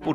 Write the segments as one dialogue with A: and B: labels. A: 不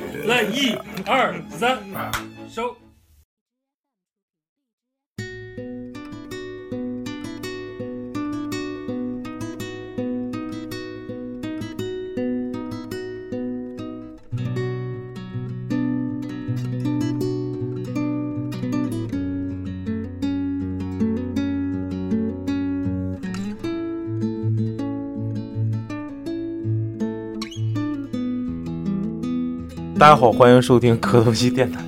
B: 来一二三，收。
C: 大家好，欢迎收听磕头机电台。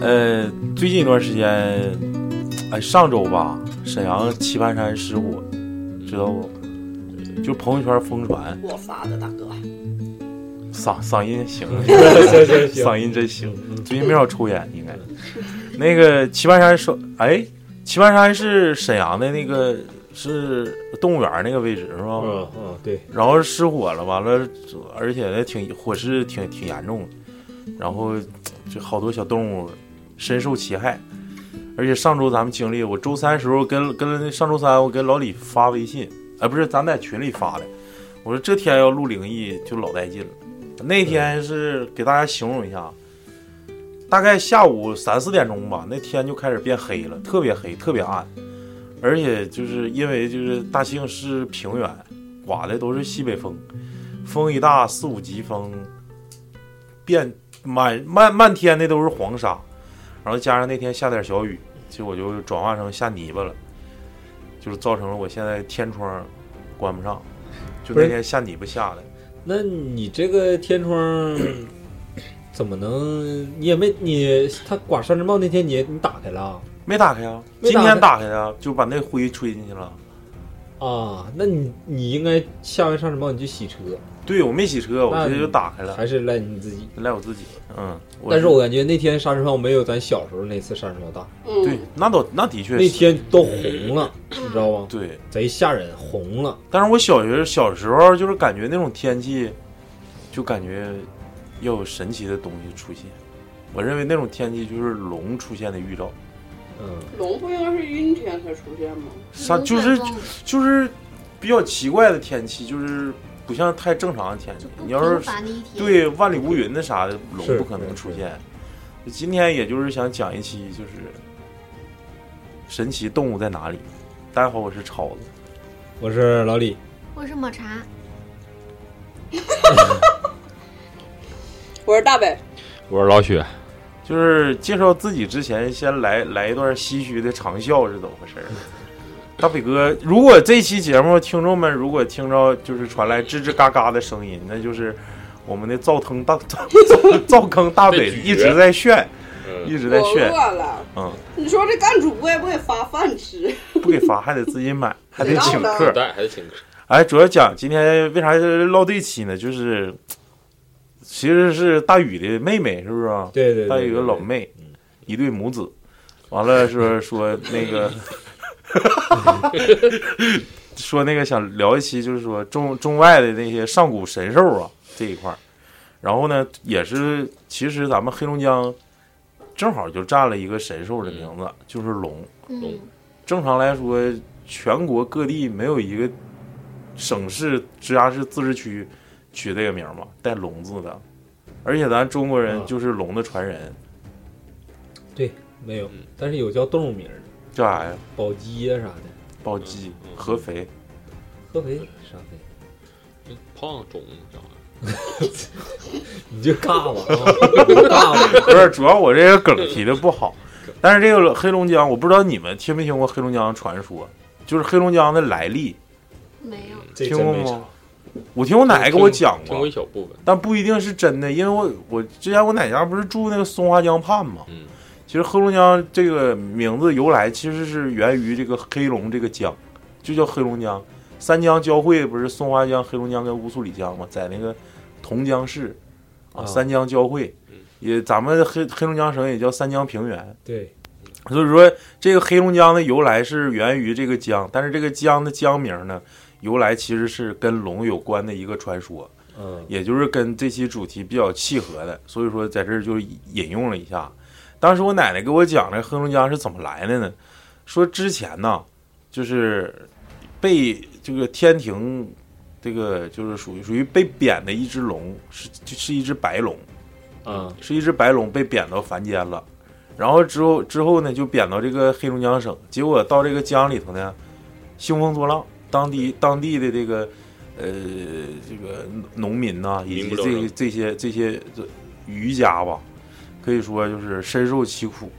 C: 呃，最近一段时间，哎，上周吧，沈阳棋盘山失火，知道不？就朋友圈疯传，
D: 我发的大哥，
C: 嗓嗓音行，
B: 行行
C: 嗓音真行。最近没少抽烟，应该。那个棋盘山说，哎，棋盘山是沈阳的那个是动物园那个位置是吧？
E: 嗯嗯，对，
C: 然后失火了，完了，而且呢，挺火势挺挺严重的，然后就好多小动物深受其害。而且上周咱们经历，我周三时候跟跟上周三我跟老李发微信，哎、不是，咱在群里发的，我说这天要录灵异就老带劲了。那天是给大家形容一下，大概下午三四点钟吧，那天就开始变黑了，特别黑，特别暗，而且就是因为就是大庆是平原，刮的都是西北风，风一大四五级风，遍满漫漫天的都是黄沙，然后加上那天下点小雨，就我就转化成下泥巴了，就是造成了我现在天窗关不上，就
E: 不是
C: 那天下泥巴下的。
E: 那你这个天窗怎么能？你也没你他刮沙尘暴那天你也你打开了
C: 没打开啊，
E: 没
C: 今
E: 打开
C: 天打开的啊，就把那灰吹进去了。
E: 啊？那你你应该下完沙尘暴你去洗车，
C: 对，我没洗车，我
E: 那
C: 直接就打开了，
E: 还是赖你自己？
C: 赖我自己。嗯，
E: 但是我感觉那天沙尘暴没有咱小时候那次沙尘暴大，
C: 对
D: 嗯，，
C: 那倒那的确
E: 那
C: 是
E: 天都红了，你知道吗？
C: 对。
E: 贼吓人，红了。
C: 但是我小学小时候就是感觉那种天气，就感觉要有神奇的东西出现。我认为那种天气就是龙出现的预兆，
E: 嗯，
D: 龙不应该是阴天才出现吗？
C: 啥就是就是比较奇怪的天气，就是不像太正常的天气
F: 就。不
C: 你要是
F: 平凡的一天，
C: 对，万里无云的啥的，龙
E: 是
C: 不可能
E: 是
C: 出
E: 是
C: 现。今天也就是想讲一期，就是神奇动物在哪里。大家好，我是超子。
E: 我是老李，
F: 我是抹茶，
D: 我是大北，
G: 我是老许，
C: 就是介绍自己之前，先来来一段唏嘘的长啸是怎么回事儿？ 大北哥，如果这期节目听众们如果听着就是传来吱吱嘎嘎的声音，那就是我们的灶坑大 灶灶灶坑大北
G: 被
C: 一
G: 举
C: 直在炫，
G: 嗯，
C: 一直
D: 我
C: 在炫，
D: 饿了。
C: 嗯，
D: 你说这干主播也不给发饭吃，
C: 不给发还得自己 买，还得请客。
G: 带还是请客，
C: 哎，主要讲今天为啥唠这期呢？就是其实是大宇的妹妹，是不是啊？
E: 对对对，
C: 大宇的老妹，一对母子，完了 说说那个，说那个想聊一期，就是说中中外的那些上古神兽啊这一块儿。然后呢，也是其实咱们黑龙江正好就占了一个神兽的名字，就是龙。
H: 嗯，
C: 正常来说，全国各地没有一个省市、直辖市、自治区取这个名儿嘛，带“龙”字的。而且咱中国人
E: 啊
C: 就是龙的传人，
E: 没有，但是有叫动物名儿的，
C: 叫啥呀？
E: 宝鸡啊啥的，
C: 宝鸡
G: 嗯、嗯
C: 合肥，
E: 合肥啥的。
G: 胖肿啥玩
E: 你就尬吧， 尬吧，
C: 不是，主要我这个梗提的不好。但是这个黑龙江，我不知道你们听没听过黑龙江传说，就是黑龙江的来历，
F: 没有，
E: 这
C: 听
E: 真
C: 过
E: 没
C: 吗？我听我奶奶给我讲
G: 听过
C: 过
G: 一，小部分，
C: 但不一定是真的，因为我我之前我奶家不是住那个松花江畔嘛，
G: 嗯，
C: 其实黑龙江这个名字由来其实是源于这个黑龙这个江，就叫黑龙江。三江交汇不是松花江、黑龙江跟乌苏里江吗？在那个同江市啊，
E: 啊
C: 三江交汇
G: 嗯，
C: 也咱们黑黑龙江省也叫三江平原，
E: 对，
C: 所以说这个黑龙江的由来是源于这个江，但是这个江的江名呢，由来其实是跟龙有关的一个传说，
E: 嗯，
C: 也就是跟这期主题比较契合的，所以说在这儿就引用了一下。当时我奶奶给我讲的黑龙江是怎么来的呢？说之前呢，就是被这个天庭，这个就是属于属于被贬的一只龙，是就是一只白龙，
E: 啊，
C: 是一只白龙被贬到凡间了，然后之后之后呢，就贬到这个黑龙江省，结果到这个江里头呢，兴风作浪，当地当地的这个呃这个农民呐、以
G: 民
C: 及
G: 不聊
C: 这
G: 生
C: 这些这些这渔家吧，可以说就是深受其苦。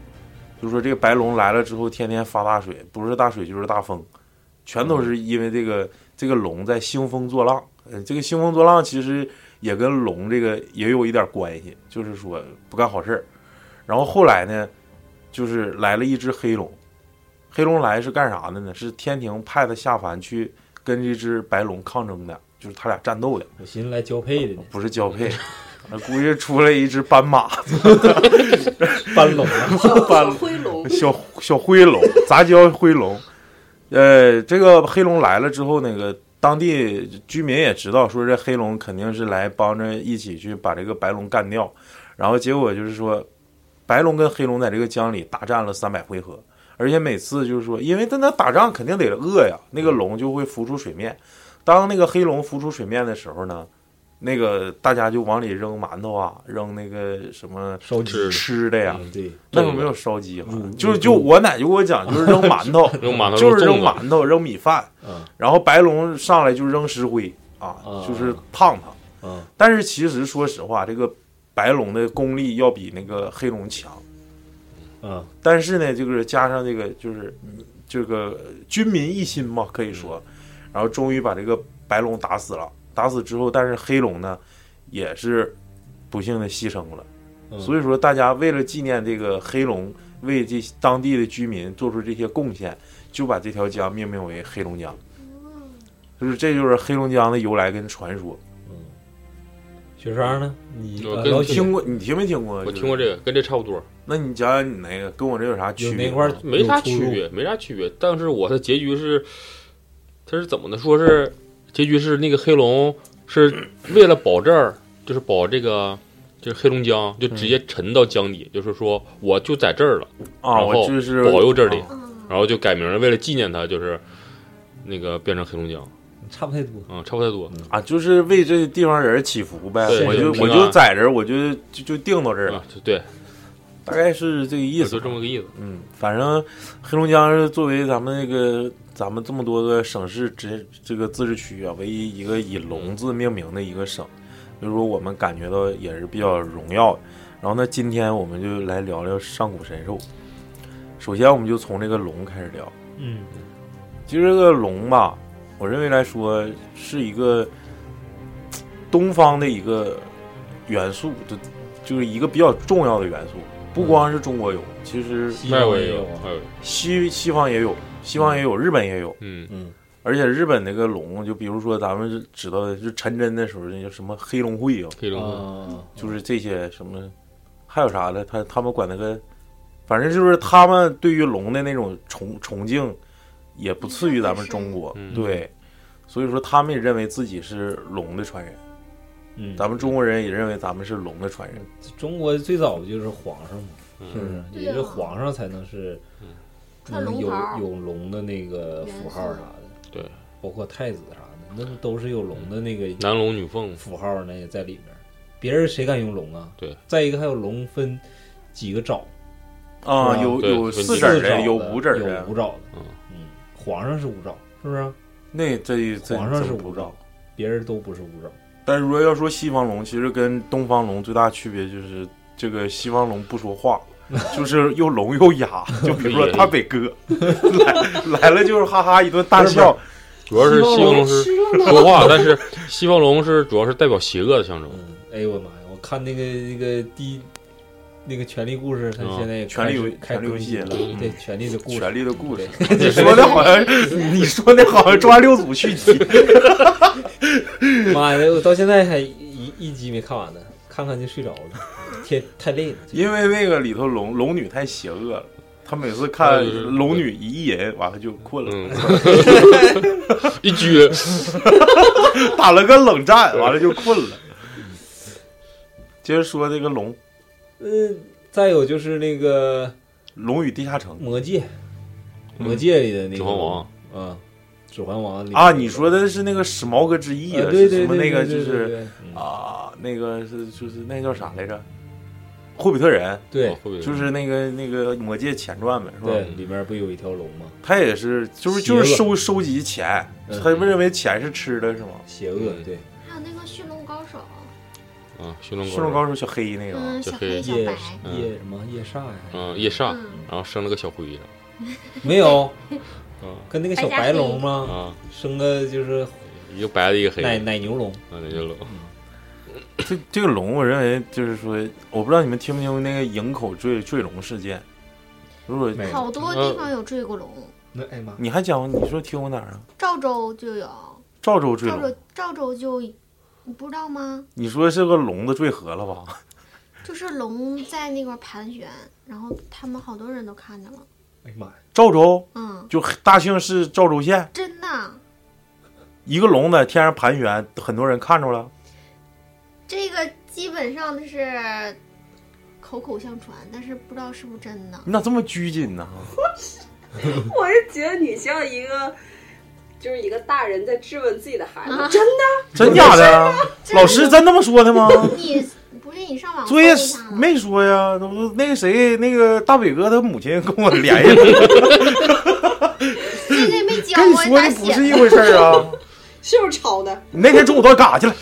C: 就说这个白龙来了之后，天天发大水，不是大水就是大风，全都是因为这个这个龙在兴风作浪。呃，这个兴风作浪其实也跟龙这个也有一点关系，就是说不干好事儿。然后后来呢，就是来了一只黑龙，黑龙来是干啥的呢？是天庭派他下凡去跟这只白龙抗争的，就是他俩战斗的，
E: 我寻思来交配的 呢，
C: 不是交配。啊估计出来一只斑马，
E: 搬拢了，
D: 小 灰龙，
C: 小小灰龙，杂交灰龙。呃，这个黑龙来了之后，那个当地居民也知道，说这黑龙肯定是来帮着一起去把这个白龙干掉。然后结果就是说，白龙跟黑龙在这个江里大战了三百回合，而且每次就是说，因为在那打仗肯定得饿呀，那个龙就会浮出水面。当那个黑龙浮出水面的时候呢，那个大家就往里扔馒头啊，扔那个什么
E: 烧鸡
G: 是
C: 吃的呀，
E: 嗯对，
C: 那会儿没有烧鸡，好
E: 嗯
C: 像就是就我奶就给我讲，就是扔馒头，
G: 扔馒头
C: 就是扔
G: 粽子嗯
C: 馒头，扔米饭，
E: 啊
C: 然后白龙上来就扔石灰啊
E: 啊，
C: 就是
G: 嗯
C: 烫它。
E: 啊，
C: 但是其实说实话，这个白龙的功力要比那个黑龙强，
E: 啊，
C: 但是呢，这个加上这个就是嗯这个军民一心嘛，可以说，
G: 嗯
C: 然后终于把这个白龙打死了。打死之后，但是黑龙呢，也是不幸的牺牲了。所
E: 以
G: 嗯
C: 以说，大家为了纪念这个黑龙，为这当地的居民做出这些贡献，就把这条江命名为黑龙江。就是这就是黑龙江的由来跟传说。
E: 雪莎呢？你
G: 我
E: 呃
G: 跟
E: 老
G: 这
E: 雪
C: 听过你听没听过？
G: 我听过
C: 这。
G: 这个，跟这差不多，
C: 那你讲讲你那个跟我这有啥区
E: 有
C: 别？
E: 哪块儿
G: 啊没啥
E: 有出
G: 区
E: 入
G: 别，没啥区别。但是我的结局是，他是怎么的？说是结局是那个黑龙是为了保这儿，就是保这个。就是黑龙江，就直接沉到江底，就是说我就在这儿了，
C: 啊，
G: 然后
C: 我就是
G: 保佑这里
C: 啊
H: 嗯，
G: 然后就改名了，为了纪念他，就是那个变成黑龙江，
E: 差不太多，
G: 嗯，差不太多。
C: 啊，就是为这地方人祈福呗。
G: 对
C: 我就
G: 平
C: 我
G: 安
C: 就在这儿，我就就就定到这儿了
G: 啊，，对，
C: 大概是这个意
G: 也
C: 思。
G: 就这么个意思。
C: 嗯，反正黑龙江是作为咱们那个咱们这么多个省市直这个自治区啊，唯一一个以龙字命名的一个省，所以说我们感觉到也是比较荣耀的。然后呢，今天我们就来聊聊上古神兽。首先，我们就从这个龙开始聊。
B: 嗯，
C: 其实这个龙吧，我认为来说是一个嘖东方的一个元素，就就是一个比较重要的元素。不光是中国有，其实
G: 外国也
E: 也
G: 有，
E: 啊
G: 外国也有，
C: 西西方也有，西方也有，日本也有，
G: 嗯，
C: 而且日本那个龙，就比如说咱们知道的，就陈真的时候，那叫什么黑龙会啊，
G: 黑龙江
E: 啊，
C: 就是这些什么，还有啥的，他他们管那个，反正就是他们对于龙的那种崇崇敬，也不次于咱们中国，
G: 嗯
C: 对，所以说他们也认为自己是龙的传人，
E: 嗯，
C: 咱们中国人也认为咱们是龙的传人，
E: 中国最早就是皇上嘛，是不是？
H: 对
E: 也是
H: 啊
E: 皇上才能是
G: 嗯
H: 穿
E: 能
H: 龙
E: 有
H: 袍
E: 有龙的那个符号啥的，
G: 对，
E: 包括太子啥的，那不都是有龙的那个
G: 男龙女凤，
E: 符号那个在里面。别人谁敢用龙啊？
G: 对，
E: 再一个还有龙分几个爪，
C: 啊，
E: 是吧
C: 有
G: 对
C: 有
G: 所以
C: 四
G: 你
C: 指儿
E: 四爪
C: 的，
E: 的
C: 有五指儿
E: 有
C: 的
E: 五，爪的，
G: 嗯
E: 嗯，皇上是五爪，是不是啊？
C: 那这这
E: 皇上是
C: 真
E: 五
C: 不知道
E: 爪。，别人都不是五爪。
C: 但是说要说西方龙，其实跟东方龙最大区别就是这个西方龙不说 话，就是又聋又哑。就比如 说大北哥来来了就是哈哈一顿大笑，
G: 主要是西方龙是
D: 吃了呢，
G: 说话，但是西方龙是主要是代表邪恶的象征。
E: 嗯，哎呦我妈呀！我看那个那个第那个《权力故事》，他
G: 嗯
E: 现在也
C: 权力游
E: 开始开
C: 权力游戏
E: 更
C: 了
E: 新了，对《权力的故事》
C: 权力的故事。
E: 对，
C: 你说的好像你说的好像《中华六祖 续集》
E: 妈呀！我到现在还一一集没看完呢，看看就睡着了，天太累了。
C: 因为那个里头龙龙女太邪恶了，她每次看
G: 嗯
C: 龙女一一人，完了就困了，
G: 嗯， 一撅，
C: 打了个冷战，完了就困了。接着说这个龙，
E: 嗯，再有就是那个《
C: 龙与地下城
E: 魔戒》，《魔戒》里的那个
G: 指环王，哦
E: 啊，《指环王》里
C: 啊，你说的是那个史茅哥之翼
E: 啊
C: 啊，
E: 对
C: 是
E: 对
C: 什么
E: 对，
C: 那个
E: 对
C: 就
E: 对对
C: 是啊，那个是就是那叫啥来着？霍比特人
E: 对
G: 会不会
C: 就是那个那个魔界前传呗，哦是吧
E: 对？对，里面不有一条龙吗？
C: 他也是，就是
E: 邪
C: 就
E: 恶
C: 是收收集钱，
E: 嗯
C: 他们认为钱是吃的，是吗？
E: 邪恶
G: 嗯
E: 对，
H: 还有那个《驯龙高手
G: 啊，驯龙
C: 驯龙高手小黑》，那个
H: 嗯，
C: 啊，
H: 小
G: 小
H: 黑
G: 黑
H: 小
E: 夜
H: 白，
G: 嗯
E: 夜什么夜煞呀？
G: 嗯，夜煞，
H: 嗯，
G: 然后生了个小灰了，
E: 没有，
G: 嗯
E: 跟那个小白龙吗？
G: 啊，
E: 生个就是
G: 一个白的，一个黑
E: 奶
G: 的，
E: 奶牛龙，
G: 啊，那就冷，
C: 这这个龙，我认为就是说，我不知道你们听没听过那个营口坠坠龙事件。如果
E: 没有
H: 好多地方有坠过龙，
E: 那哎呀妈，
C: 你还讲，你说听过哪儿啊？
H: 赵州就有，
C: 赵州坠
H: 赵
C: 龙，
H: 州赵州就你不知道吗？
C: 你说是个笼子坠河了吧？
H: 就是龙在那块盘旋，然后他们好多人都看见了，
E: 哎呀妈呀，
C: 赵州
H: 嗯，
C: 就大庆市赵州县，
H: 真的，
C: 一个龙在天上盘旋，很多人看着了。
H: 这个基本上是口口相传，但是不知道是不是真的。
C: 你咋这么拘谨呢？
D: 我是觉得你像一个，就是一个大人在质问自己的孩子，真的
C: 真假的？老师真那么说的 吗？
H: 你不信你上网搜
C: 作
H: 一
C: 业
H: 下吧
C: 没说呀，那不那个谁，那个大伟哥他母亲跟我联系 了，
H: 现在没教
C: 跟你
H: 我
C: 说
H: 咋
C: 的不是
H: 写，
C: 一回事儿 啊！
D: 是不是抄的？
C: 你那天中午到底干啥去了？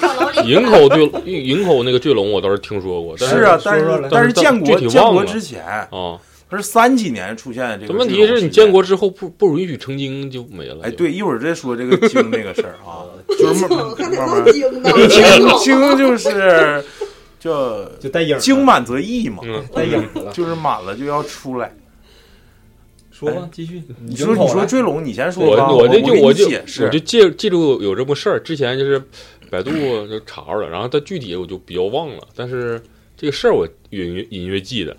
H: 找楼里
G: 营口对 营口那个坠龙，我倒是听说过，但
C: 是啊，但
E: 说说
C: 是
E: 来
C: 但是
G: 但
C: 建
G: 是
C: 国
G: 具体
C: 建
G: 忘
C: 国
G: 了
C: 之前，
G: 啊，
C: 他是三几年出现这个。
G: 但问题是你建，国之后不不允许成精就没了，
C: 哎，
G: 就，
C: 对，一会儿再说这个经这个事儿 啊，
G: 呃
C: 就是慢
D: 还得
C: 慢慢
D: 够精的，
C: 经经就是叫
E: 就带影儿了，
C: 经满则溢嘛，
G: 嗯，
E: 带影儿 了。
C: 就是满了就要出来。
E: 说吧，继续。
C: 你
E: 你
C: 说你说追龙，你先说吧，
G: 我
C: 我
G: 这就
C: 给你
G: 就
C: 解释
G: 我就记记住有这么事儿，之前就是百度就查着了，然后但具体我就比较忘了，但是这个事儿我隐约隐约记得，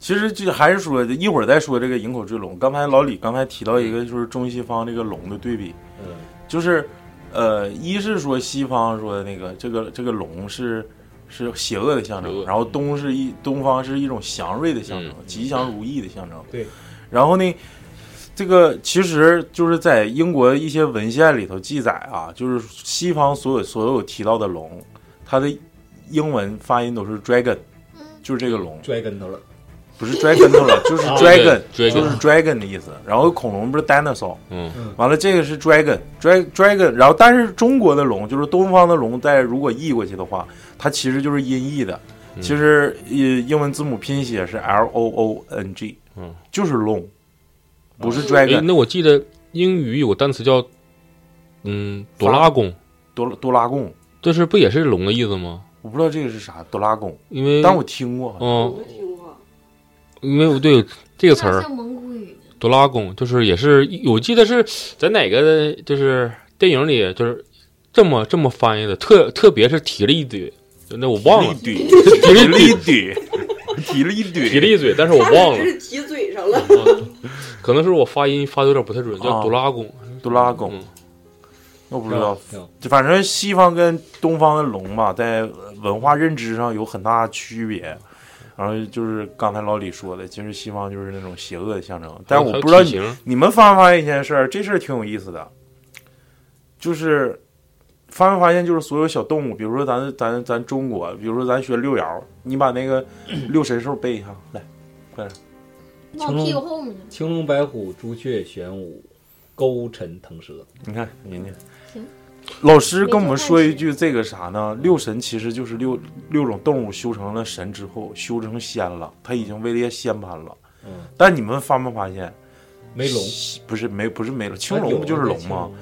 C: 其实这还是说一会儿再说这个营口坠龙。刚才老李刚才提到
G: 嗯
C: 一个，就是中西方这个龙的对比，
E: 嗯，
C: 就是呃，一是说西方说的那个这个这个龙是是邪恶的象
G: 邪
C: 征，
G: 恶
C: 然后东是一东方是一种祥瑞的象征，
G: 嗯
C: 吉祥如意的象征。
E: 对，
C: 然后呢？这个其实就是在英国一些文献里头记载啊，就是西方所有所有提到的龙，它的英文发音都是 dragon，
H: 嗯
C: 就是这个龙。
E: 拽跟头了。
C: 不是 dragon 了，就是
E: 啊
C: dragon，
G: 对
C: 就是 dragon 的意思。然后恐龙不是 dinosaur，
G: 嗯
C: 完了这个是 dragon，dra dragon。然后但是中国的龙就是东方的龙，在如果译过去的话，它其实就是音译的。
G: 嗯
C: 其实呃英英文字母拼写是 L O O N G，
G: 嗯，
C: 就是龙，不是
G: 哎，
C: dragon。
G: 那我记得英语有个单词叫嗯多拉贡，
C: 多多拉贡，
G: 这是不也是龙的意思吗？
C: 我不知道这个是啥，多拉贡，
G: 因为
C: 但我听过。
G: 嗯，
D: 我听过。
G: 因为我对这个词
H: 有点
G: 儿
H: 像蒙古语，
G: 多拉贡，就是也是我记得是在哪个就是电影里就是这么这么翻译的，特特别是提了一嘴，那我忘了
C: 提
A: 哦
G: 提了一
C: 了
G: 嘴
C: 一怼，提了一怼，
G: 提了一嘴，但是我
D: 他
G: 忘
D: 只
G: 了，
D: 是提嘴上了，
G: 可能是我发音发的有点不太准，叫
C: 啊
G: 多拉贡，
C: 多拉贡。
G: 嗯
C: 我不知道，
H: 嗯
E: 挺好
C: 就反正西方跟东方的龙吧，在文化认知上有很大区别。然后就是刚才老李说的，其实西方就是那种邪恶的象征，但我不知道
G: 还有体
C: 你
G: 型
C: 你们发没发现一件事儿，这事儿挺有意思的，就是发没发现，就是所有小动物，比如说咱咱咱中国，比如说咱学六爻，你把那个六神兽背一下来，
H: 往屁股后面去。
E: 青龙白虎朱雀玄武勾陈腾蛇，
C: 你看人家
H: 行。
C: 老师跟我们说一句，这个啥呢？六神其实就是六六种动物修成了神之后，修成仙了，它已经位列仙班了。
E: 嗯，
C: 但你们发没发现，
E: 没龙，
C: 西不是没不是没龙，青
E: 啊有
C: 龙不就是龙
E: 对
C: 吗？
E: 青龙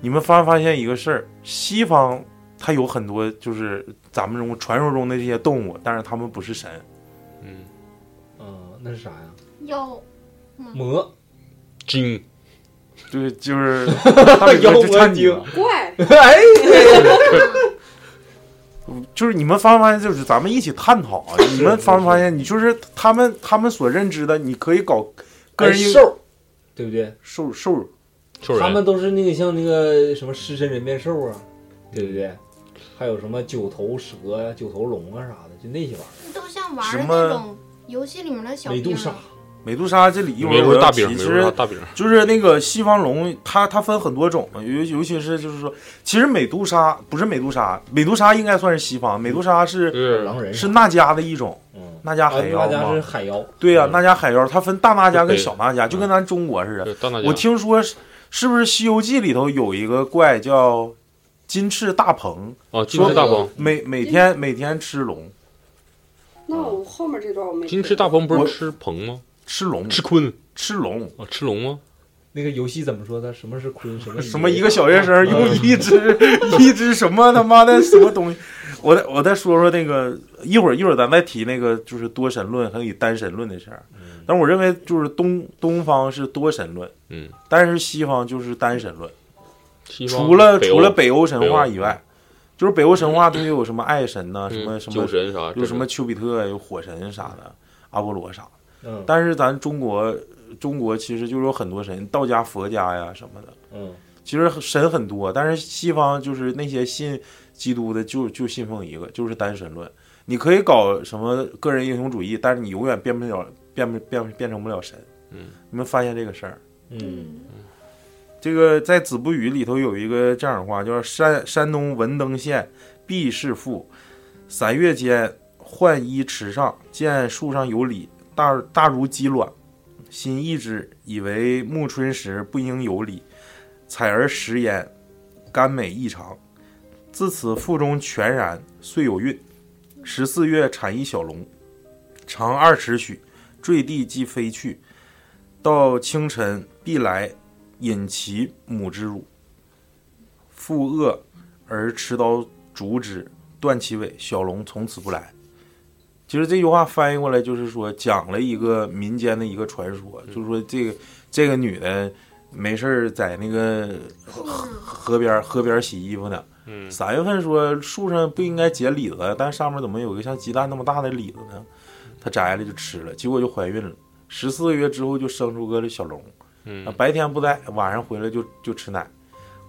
C: 你们发没发现一个事儿？西方它有很多就是咱们中传说中的这些动物，但是它们不是神，
G: 嗯，
E: 嗯，那是啥呀？
H: 腰
E: 魔，
G: 精
C: 就是就是 它们
E: 妖
C: 就
E: 魔
C: 差你
E: 精
C: 了
D: 怪
E: 哎，
H: 啊，
C: 就是你们发没发现，就是咱们一起探讨啊，你们发没发现，你就是他们他们所认知的，你可以搞个
E: 跟
C: 人英
E: 兽，对不对？
C: 兽兽，
G: 兽人
E: 他们都是那个像那个什么狮身人面兽啊，对不
C: 嗯
E: 对？还有什么九头蛇呀、九头龙啊啥的，就那些玩意
H: 都像玩
C: 什
H: 儿
C: 么
H: 那种游戏里面的
E: 儿。
H: 小
E: 美杜
H: 兵
E: 莎
H: 儿，
C: 美杜莎这里一会
G: 没
C: 儿我
G: 有
C: 要
G: 大
C: 提
G: 饼，，没
C: 其
G: 有
C: 实
G: 大饼，
C: 就是那个西方龙，它它分很多种嘛，尤尤其是就是说，其实美杜莎不是美杜莎，美杜莎应该算是西方，美杜莎是
G: 是
E: 狼人
C: 是那迦的一种，
E: 嗯，
C: 那迦
E: 啊
C: 海
E: 那
C: 妖
E: 家是
C: 嘛，
E: 海妖，
C: 对呀、
G: 嗯
C: 那迦海妖它分大那迦
G: 对
C: 跟小那迦，就跟咱中国似的。
G: 对大大
C: 我听说是是不是《西游记》里头有一个怪叫金翅大鹏，
G: 啊，金翅大鹏，
C: 每每天每天吃龙，
D: 那我后面这段我没听。
G: 金翅大鹏不
C: 我
G: 是吃鹏吗？
C: 吃龙
G: 吃鲲
C: 吃龙，
G: 啊，吃龙吗？
E: 那个游戏怎么说的？什么 是鲲？什么啊
C: 什么一个小学生
G: 嗯
C: 用一只一只什么他妈的什么东西，我再我再说说那个一会儿一会儿咱再提那个就是多神论还有单神论的事儿，但是我认为就是东东方是多神论，
G: 嗯，
C: 但是西方就是单神论，
G: 西方
C: 除了
G: 北欧
C: 除了北欧神话
G: 北欧
C: 以外，就是北欧神话都有什么爱神呐、
G: 嗯
C: 什么什么
G: 酒神啥，
C: 有什么丘比特、有火神啥的，阿波罗啥的。
E: 嗯
C: 但是咱中国，中国其实就是有很多神，道家、佛家呀什么的，
E: 嗯，
C: 其实神很多。但是西方就是那些信基督的就，就信奉一个，就是单神论。你可以搞什么个人英雄主义，但是你永远变不了，变不变变成不了神。
G: 嗯，
C: 你们发现这个事儿？
E: 嗯，
C: 这个在《子不语》里头有一个这样的话，叫“山山东文登县毕氏父，三月间换衣池上，见树上有李，大大如鸡卵，心一之，以为暮春时不应有李，采而食焉，甘美异常。自此腹中全然，遂有孕。十四月产一小龙，长二尺许，坠地即飞去。到清晨必来饮其母之乳，腹饿而持刀逐之，断其尾，小龙从此不来。其实这句话翻译过来就是说，讲了一个民间的一个传说，就是说这个这个女的没事儿在那个河河边河边洗衣服呢。
G: 嗯
C: 三月份说树上不应该结李子，但上面怎么有一个像鸡蛋那么大的李子呢？她摘了就吃了，结果就怀孕了。十四个月之后就生出个小龙，啊
G: 嗯，
C: 白天不在，晚上回来就就吃奶。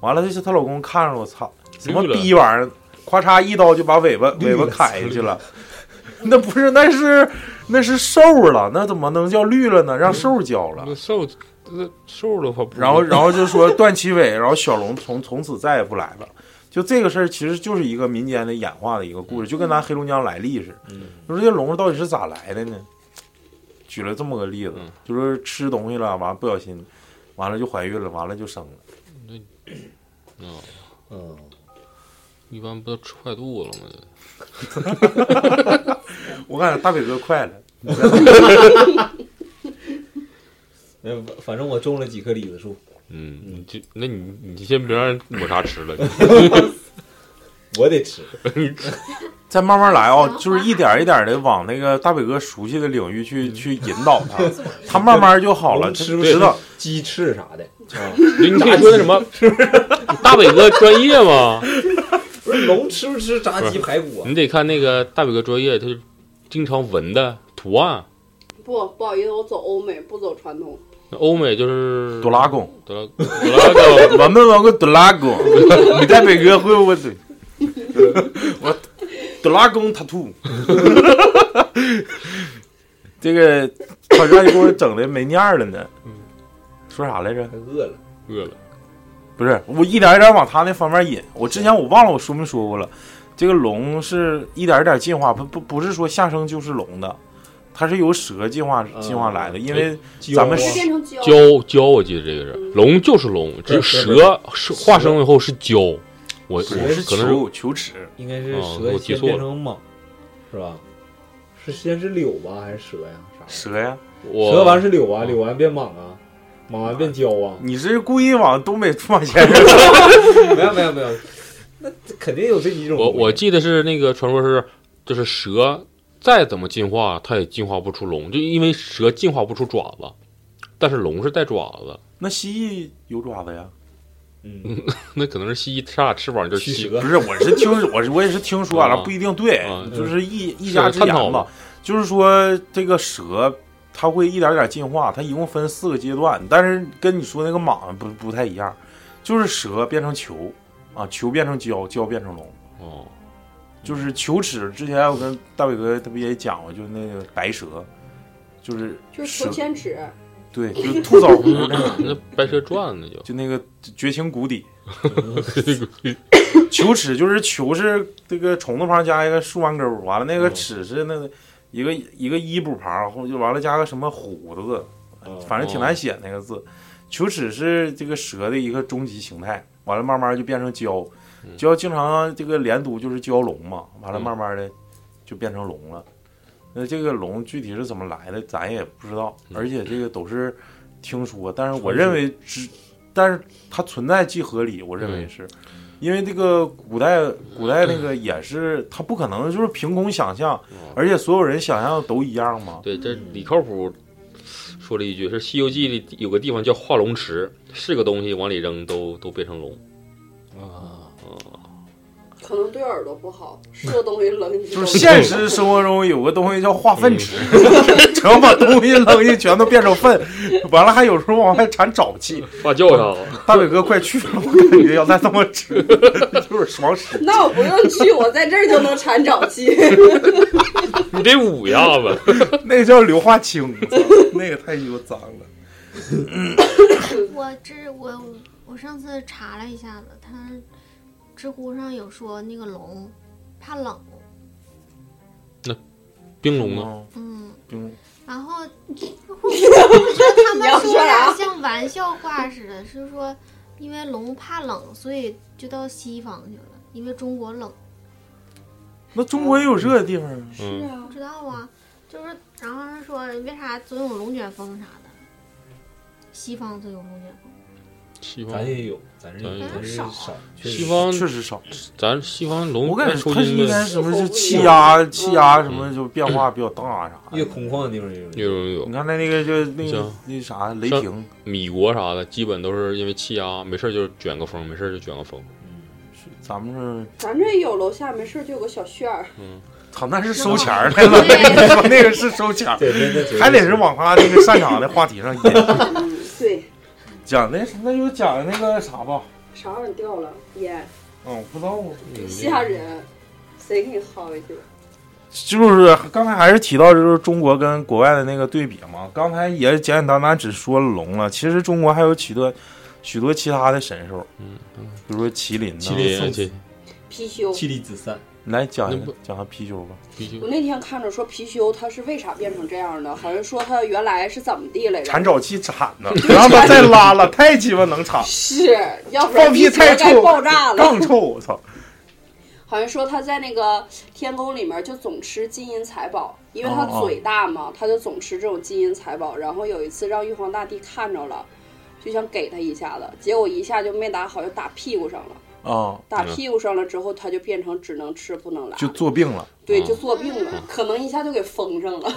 C: 完了，这是她老公看着我操，什么
G: 绿了
C: 逼玩意儿，咵嚓一刀就把尾巴尾巴砍下去了。 那不是，那是那是瘦了，那怎么能叫绿了呢？让瘦交了
G: 那。瘦那瘦的话不，
C: 然后，然后就说断其尾，然后小龙从 从此再也不来了。就这个事儿，其实就是一个民间的演化的一个故事，就跟咱黑龙江来历似的。就说这龙到底是咋来的呢？举了这么个例子
G: 嗯，
C: 就说吃东西了，完了不小心，完了就怀孕了，完了就生了。
G: 啊
E: 嗯，
G: 一般不都吃坏肚子了吗？
C: 我感觉大北哥快了，
E: 没有，嗯反正我种了几棵李子树，
G: 嗯，你就那你你先别让抹茶吃了，
E: 我得吃。
C: 再慢慢来啊、就是一点一点的往那个大北哥熟悉的领域去去引导他，他慢慢就好了，
E: 龙
C: 他
E: 吃不
C: 知道。
E: 鸡翅啥的，
G: 你可以说那什么，你大伟哥专业吗？
E: 不是龙吃不吃炸鸡排骨 啊？
G: 你得看那个大伟哥专业，他就经常纹的图案。
D: 不，不好意思，我走欧美，不走传统。
G: 那欧美就是
C: 朵拉贡，
G: 朵拉朵拉 贡，
C: 哦我们玩过德拉贡，你在北哥会不会怼？我德拉贡他吐，这个好像给我整的没念儿了呢。说啥来着？
E: 还饿了，
G: 饿了，
C: 不是，我一点一点往他那方面引。我之前我忘了我说没说过了，这个龙是一点一点进化，不不不是说下生就是龙的，它是由蛇进化
E: 嗯
C: 进化来的，因为
E: 交啊
C: 咱们
D: 直接
C: 是
D: 变成胶。
G: 蛟蛟，我记得这个是龙就是龙，只是
E: 不是
G: 蛇是化生以后是蛟。我我
E: 蛇
C: 我是
G: 可能是
C: 求求齿，
E: 应该是
G: 哦
E: 蛇
G: 我记
E: 先
G: 错
E: 变
G: 了
E: 成蟒，是吧？是先是柳吧，还是蛇呀？啥的？
C: 蛇呀。。
G: 我
E: 蛇完是柳啊，柳完变蟒啊，蟒完变蛟啊
C: 你这是故意往东北出马先生
E: 没有没有没有，那肯定有这几种东
G: 我
E: 西。
G: 我记得是那个传说是，就是蛇再怎么进化，它也进化不出龙，就因为蛇进化不出爪子，但是龙是带爪子。
C: 那蜥蜴有爪子呀？
E: 嗯，
G: 那可能是西医差点翅膀就
E: 驱
G: 吸
E: 蛇
C: 不是，我是听，我是我也是听说
G: 啊
C: 了，不一定对
G: 啊，
C: 就是一一家之
G: 探讨
C: 言吧
G: 吧。
C: 就是说，这个蛇它会一点点进化，它一共分四个阶段，但是跟你说那个蟒不不太一样，就是蛇变成球啊，球变成蛟，蛟变成龙，
G: 哦，
C: 就是球齿。之前我跟大伟哥他不也讲过，就是那个白蛇，就是
D: 就是
C: 蛇
D: 头，千尺，
C: 对，就是吐 枣核那个，
G: 那《白蛇传》那就
C: 就那个绝情谷底。球齿就是球是这个虫字旁加一个竖弯钩，完了那个
G: 嗯
C: 齿是那个一个一个一补旁，后就完了加个什么虎字，
E: 啊
G: 哦
C: 反正挺难写那个字。球齿是这个蛇的一个终极形态，完了慢慢就变成蛟，
G: 嗯
C: 蛟经常这个连读就是蛟龙嘛，完了
G: 嗯
C: 慢慢的就变成龙了。那这个龙具体是怎么来的，咱也不知道，
G: 嗯
C: 而且这个都是听说，但是我
B: 传
C: 认
B: 说
C: 为只，但是它存在即合理，我认为
G: 嗯
C: 是。因为这个古代古代那个也是，他不可能就是凭空想象，
G: 哦
C: 而且所有人想象都一样嘛。
G: 对，这李靠谱说了一句，是《西游记》里有个地方叫化龙池，是个东西往里扔都都变成龙。
E: 啊，
D: 可能对耳朵不好，是个东西扔进去
C: 就是现实生活中有个东西叫化粪池， 只要把东西扔进去，全都变成粪。完了还有时候往外产沼气。
G: 发酵呀，
C: 大伟哥，快去吧，我感觉要再这么吃，就是爽屎。
D: 那我不用去，我在这儿就能缠沼气。
G: 你得捂呀吧？
C: 那个叫硫化氢，我操那个太鸡巴脏了。
H: 我知我我上次查了一下子，它知乎上有说那个龙怕冷，
G: 冰龙啊呢？
H: 嗯，
C: 冰
H: 然 后我觉得他
D: 你要
H: 们
D: 说
H: 说
D: 啥啊
H: 的像玩笑话似的，是说因为龙怕冷，所以就到西方去了，因为中国冷，
C: 那中国也有热的地方啊。
G: 嗯，
D: 啊
H: 不，知道啊，就是然后他说为啥总有龙卷风啥的，西方总有龙卷风，
G: 西方
E: 咱也有，咱这
G: 咱也有
E: 咱这
H: 少
E: 少，确
G: 西
E: 实
G: 方
C: 确实少，
G: 咱西方龙
C: 我感
G: 抽
C: 觉它是
G: 筋
C: 应该
G: 的，
C: 什么是气压、气压什
G: 嗯
C: 么就变化比较大啊啥的。
E: 越空旷的地方越容易
G: 有有有
C: 你看那那个就那个
G: 行
C: 那啥雷霆，
G: 米国啥的，基本都是因为气压，没事儿就卷个风，没事儿就卷个风。
C: 是咱们是
D: 咱这也有楼下没事儿就有个小旋 儿，
C: 操，那是收钱 儿的了，你说那个是收钱儿，
E: 对，那那绝对
C: 还得是往他那个擅长的话题上引。
D: 嗯对，
C: 讲那那就讲那个啥吧，
D: 啥玩意儿掉了？烟，
C: 嗯，我不知道啊，
D: 吓人，谁给你薅一个？
C: 就是 刚才还是提到就是中国跟国外的那个对比嘛，刚才也简简单单只说了龙了，其实中国还有许多许多其他的神兽，
G: 嗯嗯，
C: 比如说麒麟呐，
G: 麒麟，这
D: 貔貅，
E: 妻离子散，
C: 来讲一
G: 那
C: 个
G: 不
C: 讲下貔貅吧，
G: 必须
D: 我那天看着说貔貅它是为啥变成这样的，好像说它原来是怎么地来着？
C: 产沼气产 的，不让它再拉了，太鸡巴能 产。
D: 是，要不然
C: 放屁
D: 地球
C: 太
D: 该
C: 臭，
D: 爆炸了。
C: 更臭！我操！
D: 好像说它在那个天宫里面就总吃金银财宝，因为它
C: 哦哦
D: 嘴大嘛，它就总吃这种金银财宝。然后有一次让玉皇大帝看着了，就想给它一下子，结果一下就没打好，就打屁股上了。
C: 啊，
D: 打屁股上了之后，它就变成只能吃不能拉，
C: 就做病了。
D: 对，
G: 嗯
D: 就做病了，可能一下就给封上了，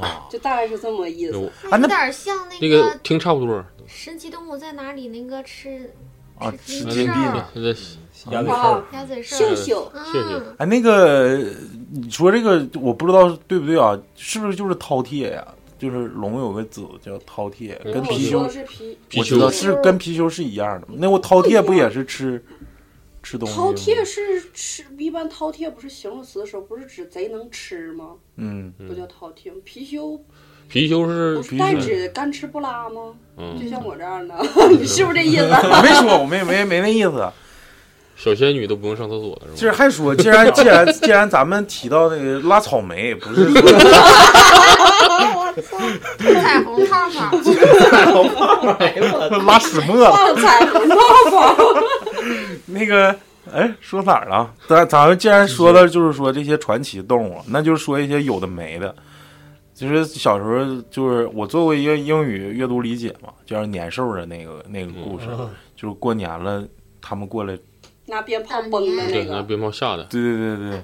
G: 啊，
D: 就大概是这么个意思。
G: 我
H: 它
C: 啊那
H: 有点像那
G: 那
H: 个
D: 啊
G: 个听差不多。
H: 神奇动物在哪里那个吃
C: 啊
H: 吃
C: 吃
H: 金
C: 金
H: 兽
C: 币
H: 儿
C: 呢
G: 这
E: 鸭嘴
D: 啊
E: 兽，，
H: 鸭嘴兽
D: 秀
H: 儿，
D: 秀，
G: 谢谢
H: 嗯，
C: 哎，那个你说这个，我不知道对不对啊？是不是就是饕餮呀？就是龙有个子叫饕餮，
G: 嗯
C: 跟
D: 我
C: 貔
D: 说的
C: 貅，
D: 是貔
G: 貔
C: 我知道
G: 貅
C: 是嗯跟貔貅是一样的。那我饕餮不也是吃吃东西吗？
D: 饕餮是吃，一般饕餮不是形容词的时候，不是指贼能吃吗？
C: 嗯，
G: 嗯
D: 不叫饕餮，貔貅
G: 貔貅
D: 不
G: 是
D: 是代指干吃不拉吗？
G: 嗯，
D: 就像我这样的， 你是不是这意思？
C: 我没说，我没没没那意思。啊
G: 小仙女都不用上厕所了
C: 就是是
G: 吧？
C: 还说，既然既然既然咱们提到那个拉草莓，不是说
H: 彩虹 泡泡，
C: 拉屎沫了。
D: 放彩虹泡泡，
C: 那个，哎，说哪儿了？咱咱们既然说到，就是说这些传奇动物，那就说一些有的没的。就是小时候，就是我做过一个英语阅读理解嘛，就是年兽的那个那个故事，
G: 嗯
C: 就是过年了，他们过来，
D: 拿鞭炮崩的
G: 对，
D: 那
G: 拿
D: 个，
G: 鞭炮吓的，
C: 对对对对
H: 年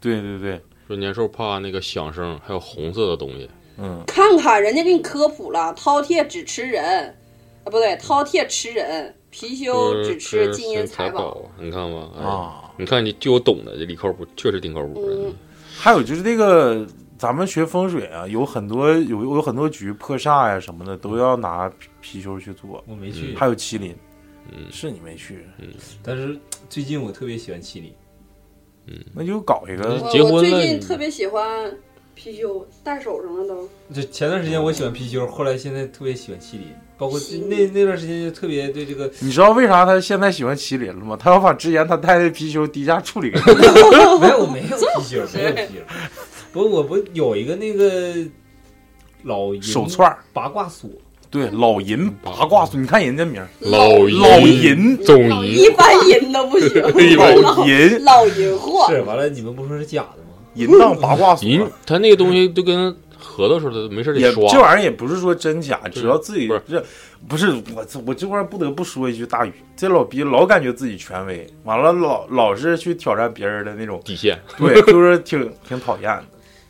C: 对对对，
G: 说年兽怕那个响声，还有红色的东西。
C: 嗯，
D: 看看人家给你科普了，饕餮只吃人，啊不对，饕餮吃人，貔貅只吃金银财
G: 财
D: 宝。，
G: 你看吧，哎，
C: 啊。
G: 你看你就有懂的，这里靠谱，确实挺靠谱的。
D: 嗯
C: 还有就是这个，咱们学风水啊，有很多有有很多局破煞呀、什么的，都要拿貔貅去做，
E: 我没去，
C: 还有麒麟，
G: 嗯
C: 是你没去，
E: 但是最近我特别喜欢麒麟，
C: 那就搞一个
G: 嗯
D: 我
G: 结婚
D: 我最
G: 了
D: 近
G: 你
D: 特别喜欢貔貅，戴手上了都。
E: 就前段时间我喜欢貔貅，后来现在特别喜欢麒麟，包括
D: 麒麟
E: 那那段时间就特别对这个
C: 你知道为啥他现在喜欢麒麟了吗？他要把之前他戴的貔貅低价处理给他。
E: 没有，我没有貔貅，没有貔貅。不，我不有一个那个老银
C: 手串儿
E: 八卦锁，
C: 对，老银八卦锁，你看人家名儿，
G: 银
C: 老
G: 老
C: 银，
G: 总
H: 老
G: 银
D: 一般银都不行，
C: 老银，
D: 老银货。
E: 是完了，你们不说是假的吗？
C: 银当八卦锁，
G: 银，他那个东西就跟合的时候没事
C: 也
G: 得
C: 这
G: 刷，
C: 玩意儿也不是说真假，只要自己
G: 不是
C: 这不是我这我这块儿不得不说一句，大宇这老逼老感觉自己权威，完了老老是去挑战别人的那种，
G: 底线。
C: 对，就是挺挺讨厌的。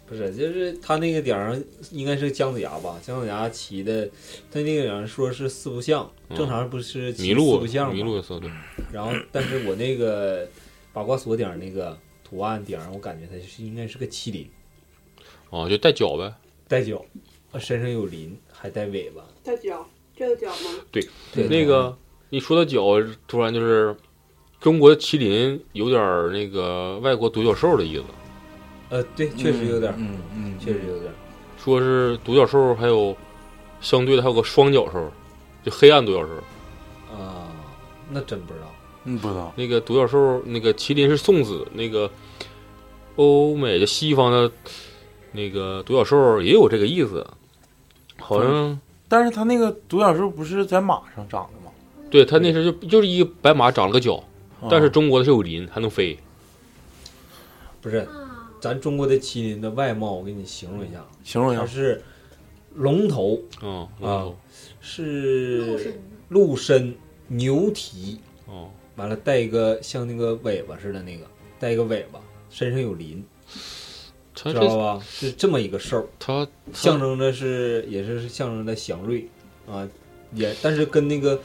E: 不是，就是他那个顶儿上应该是姜子牙吧？姜子牙骑的，他那个顶上说是四不像，
G: 嗯
E: 正常不是骑
G: 麋鹿
E: 四不像吗？
G: 麋鹿也算对，
E: 然后，但是我那个八卦锁顶儿那个图案顶上，我感觉它是应该是个麒麟，
G: 啊，就带脚呗。
E: 带角，呃身上有鳞，还带尾巴。
D: 这脚，这个脚吗？
E: 对，
G: 那个你说到脚，突然就是中国麒麟有点儿那个外国独角兽的意思，
E: 呃，对，确实有点儿，
C: 嗯嗯，
E: 确实有点儿。
G: 说是独角兽还有相对的还有个双角兽，就黑暗独角兽。
E: 啊，那真不知道。
C: 嗯，不知道，
G: 那个独角兽，那个麒麟是送子，那个欧美的西方的那个独角兽也有这个意思，好像
C: 但是他那个独角兽不是在马上长的吗？
G: 对他那时候就就是一个白马长了个角，
C: 啊
G: 但是中国的是有鳞，还能飞。
E: 不是，
H: 啊，
E: 咱中国的麒麟的外貌，我给你形容一下，啊
C: 形容一
E: 它
C: 下，
E: 是龙头，
G: 嗯
E: 啊
H: 鹿身
E: 是
H: 呢
E: 鹿身、牛蹄，
G: 哦，
E: 完了带一个像那个尾巴似的那个，带一个尾巴，身上有鳞，
G: 他
E: 知道
G: 这
E: 吧？是这么一个兽儿，
G: 他
E: 象征着是也是象征着祥瑞啊，也但是跟那个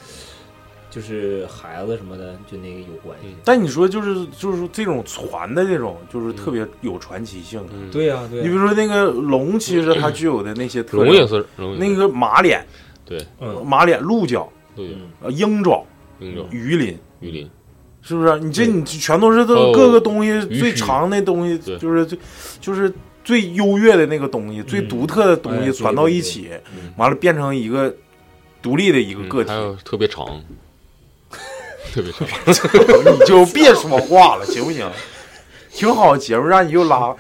E: 就是孩子什么的就那个有关系。
G: 嗯
C: 但你说就是就是这种传的这种，就是特别有传奇性的。
G: 嗯
E: 对呀、
C: 你
E: 对啊呀、
C: 比如说那个龙，其实它具有的那些特
G: 龙
C: 征，
G: 也是龙也
C: 那
G: 是
C: 个马脸、
E: 嗯，
C: 马脸、鹿角、
G: 对
E: 嗯
C: 呃鹰爪、
G: 鹰角
C: 鱼鳞，
G: 鱼鳞，
C: 是不是？你这
E: 对
C: 你全都是
G: 还
C: 都
G: 有
C: 各个东西
G: 须
C: 最长的东西
G: 对，
C: 就是最就是最优越的那个东西，最独特的东
E: 哎
C: 西
E: 对
C: 传到一起
G: 对对，
C: 完了变成一个独立的一个
G: 嗯
C: 个体
G: 还，有特别长，特别长，
C: 你就别说话了，行不行？挺好节目，让你又拉。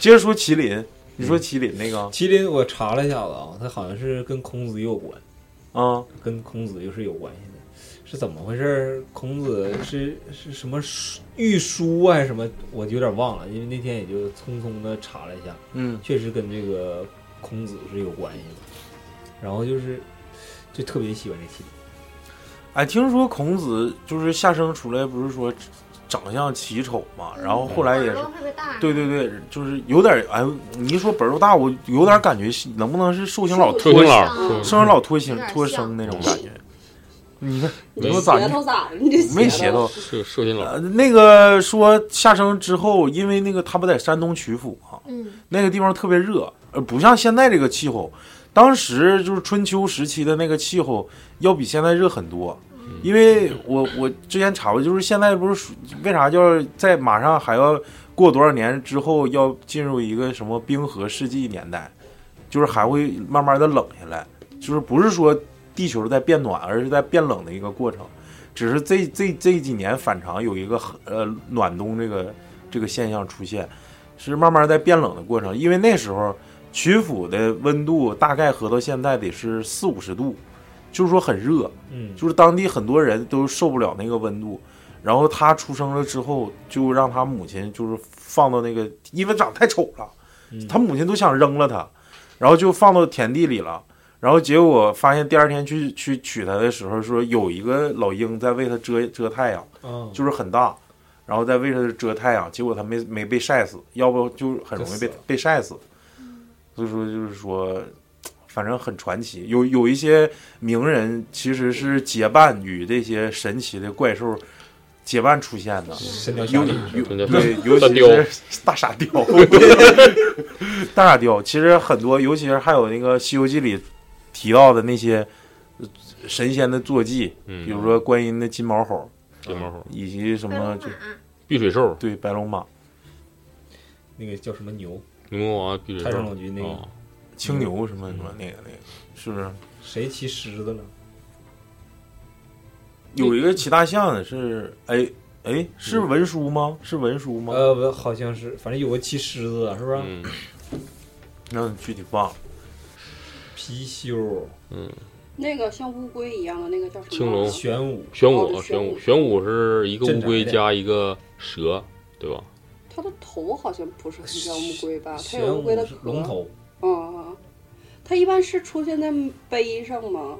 C: 接着说麒麟，你说麒麟那个
E: 麒麟我查了一下子啊，它好像是跟孔子有关。
C: 啊，
E: 跟孔子又是有关系的，是怎么回事儿？孔子是是什么书御书啊还是什么？我有点忘了，因为那天也就匆匆的查了一下，
C: 嗯，
E: 确实跟这个孔子是有关系的。然后就是就特别喜欢这麒麟，
C: 哎，听说孔子就是下生出来，不是说长相奇丑嘛，
H: 嗯
C: 然后后来
H: 耳
C: 也是
H: 朵，特别大，
C: 对对对，就是有点哎，你一说本儿大，我有点感觉是能不能是寿星老
D: 寿
C: 拖
G: 寿星
H: 嗯
G: 佬寿星
C: 寿星老拖星
H: 有点像
C: 拖生那种感觉？你看，你
D: 这
C: 说咋
D: 鞋
C: 地
D: 头咋的？你这
C: 没
D: 鞋
C: 邪头？
D: 头
G: 寿寿星佬
C: 呃，那个说下生之后，因为那个他不在山东曲阜嘛，
H: 嗯，
C: 那个地方特别热，呃，不像现在这个气候。当时就是春秋时期的那个气候，要比现在热很多。因为我我之前查过，就是现在不是暑为啥叫在马上还要过多少年之后要进入一个什么冰河世纪年代，就是还会慢慢的冷下来，就是不是说地球在变暖，而是在变冷的一个过程。只是这这这几年反常有一个很呃暖冬这个这个现象出现，是慢慢在变冷的过程，因为那时候曲阜的温度大概和到现在得是四五十度，就是说很热，
E: 嗯，
C: 就是当地很多人都受不了那个温度。然后他出生了之后，就让他母亲就是放到那个，因为长得太丑了，
E: 嗯
C: 他母亲都想扔了他，然后就放到田地里了。然后结果发现第二天去去取他的时候，说有一个老鹰在为他遮遮太阳，
E: 啊，
C: 就是很大，然后在为他遮太阳，结果他没没被晒死，要不就很容易
E: 就死
C: 被
E: 了
C: 被晒死。所以说就是说，反正很传奇。有有一些名人其实是结伴与这些神奇的怪兽结伴出现的，
E: 神雕侠
C: 有
E: 侣
C: 有
G: 真的
C: 对，尤
G: 大
C: 其
G: 雕
C: 是大傻雕， 大傻雕。其实很多，尤其是还有那个《西游记》里提到的那些呃神仙的坐骑，比
G: 嗯，
C: 如说观音的金毛猴，
G: 金毛猴、
C: 以及什
H: 白龙
C: 么
H: 马
C: 就
G: 碧水兽、
C: 对白龙马、
E: 那个叫什么牛，
G: 牛魔王、碧水
E: 太上
G: 兽
E: 老君那个
G: 啊，
C: 青牛什么什么那个那个，是不是？
E: 谁骑狮子了？
C: 有一个骑大象的是，哎哎，是文殊吗？是文殊吗？
E: 呃，不好像是，反正有个骑狮子的，是不是？
G: 嗯，
C: 那具体忘了。
E: 貔貅、
D: 那个像乌龟一样的那个叫什么？
G: 青龙
E: 玄武，
G: 玄
D: 哦
G: 武，啊
D: 玄
G: 玄
D: 武
G: 武，玄武是一个乌
E: 镇
G: 龟
E: 宅的
G: 加一个蛇，对吧？
D: 它的头好像不是很像乌龟吧？它
E: 玄
D: 啊有乌
E: 武
D: 龟的
E: 是
D: 壳
E: 龙。头，
D: 嗯，嗯嗯它一般是出现在碑上吗？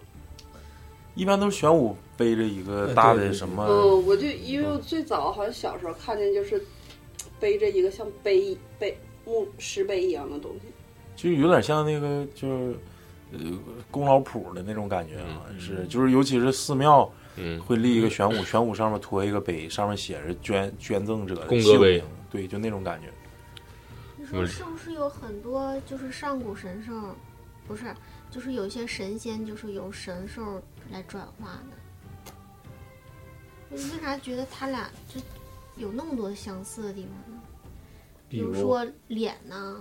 C: 一般都是玄武背着一
E: 呃
C: 个大
E: 对
C: 的
E: 对
C: 什
D: 嗯，
C: 么，
D: 我就因为我最早好像小时候看见就是背着一个像碑碑墓石碑一样的东西。
C: 就有点像那个就是呃功劳谱的那种感觉啊，是就是尤其是寺庙
G: 嗯，
C: 会立一个玄武，玄武上面托一个碑，上面写着捐捐赠者的
G: 功德
C: 姓
G: 碑
C: 名，对，就那种感觉。
H: 你
G: 嗯
H: 说是不是有很多就是上古神兽，不是，就是有些神仙就是由神兽来转化的？我为啥觉得他俩就有那么多相似的地方呢？
E: 比
H: 如说脸呐、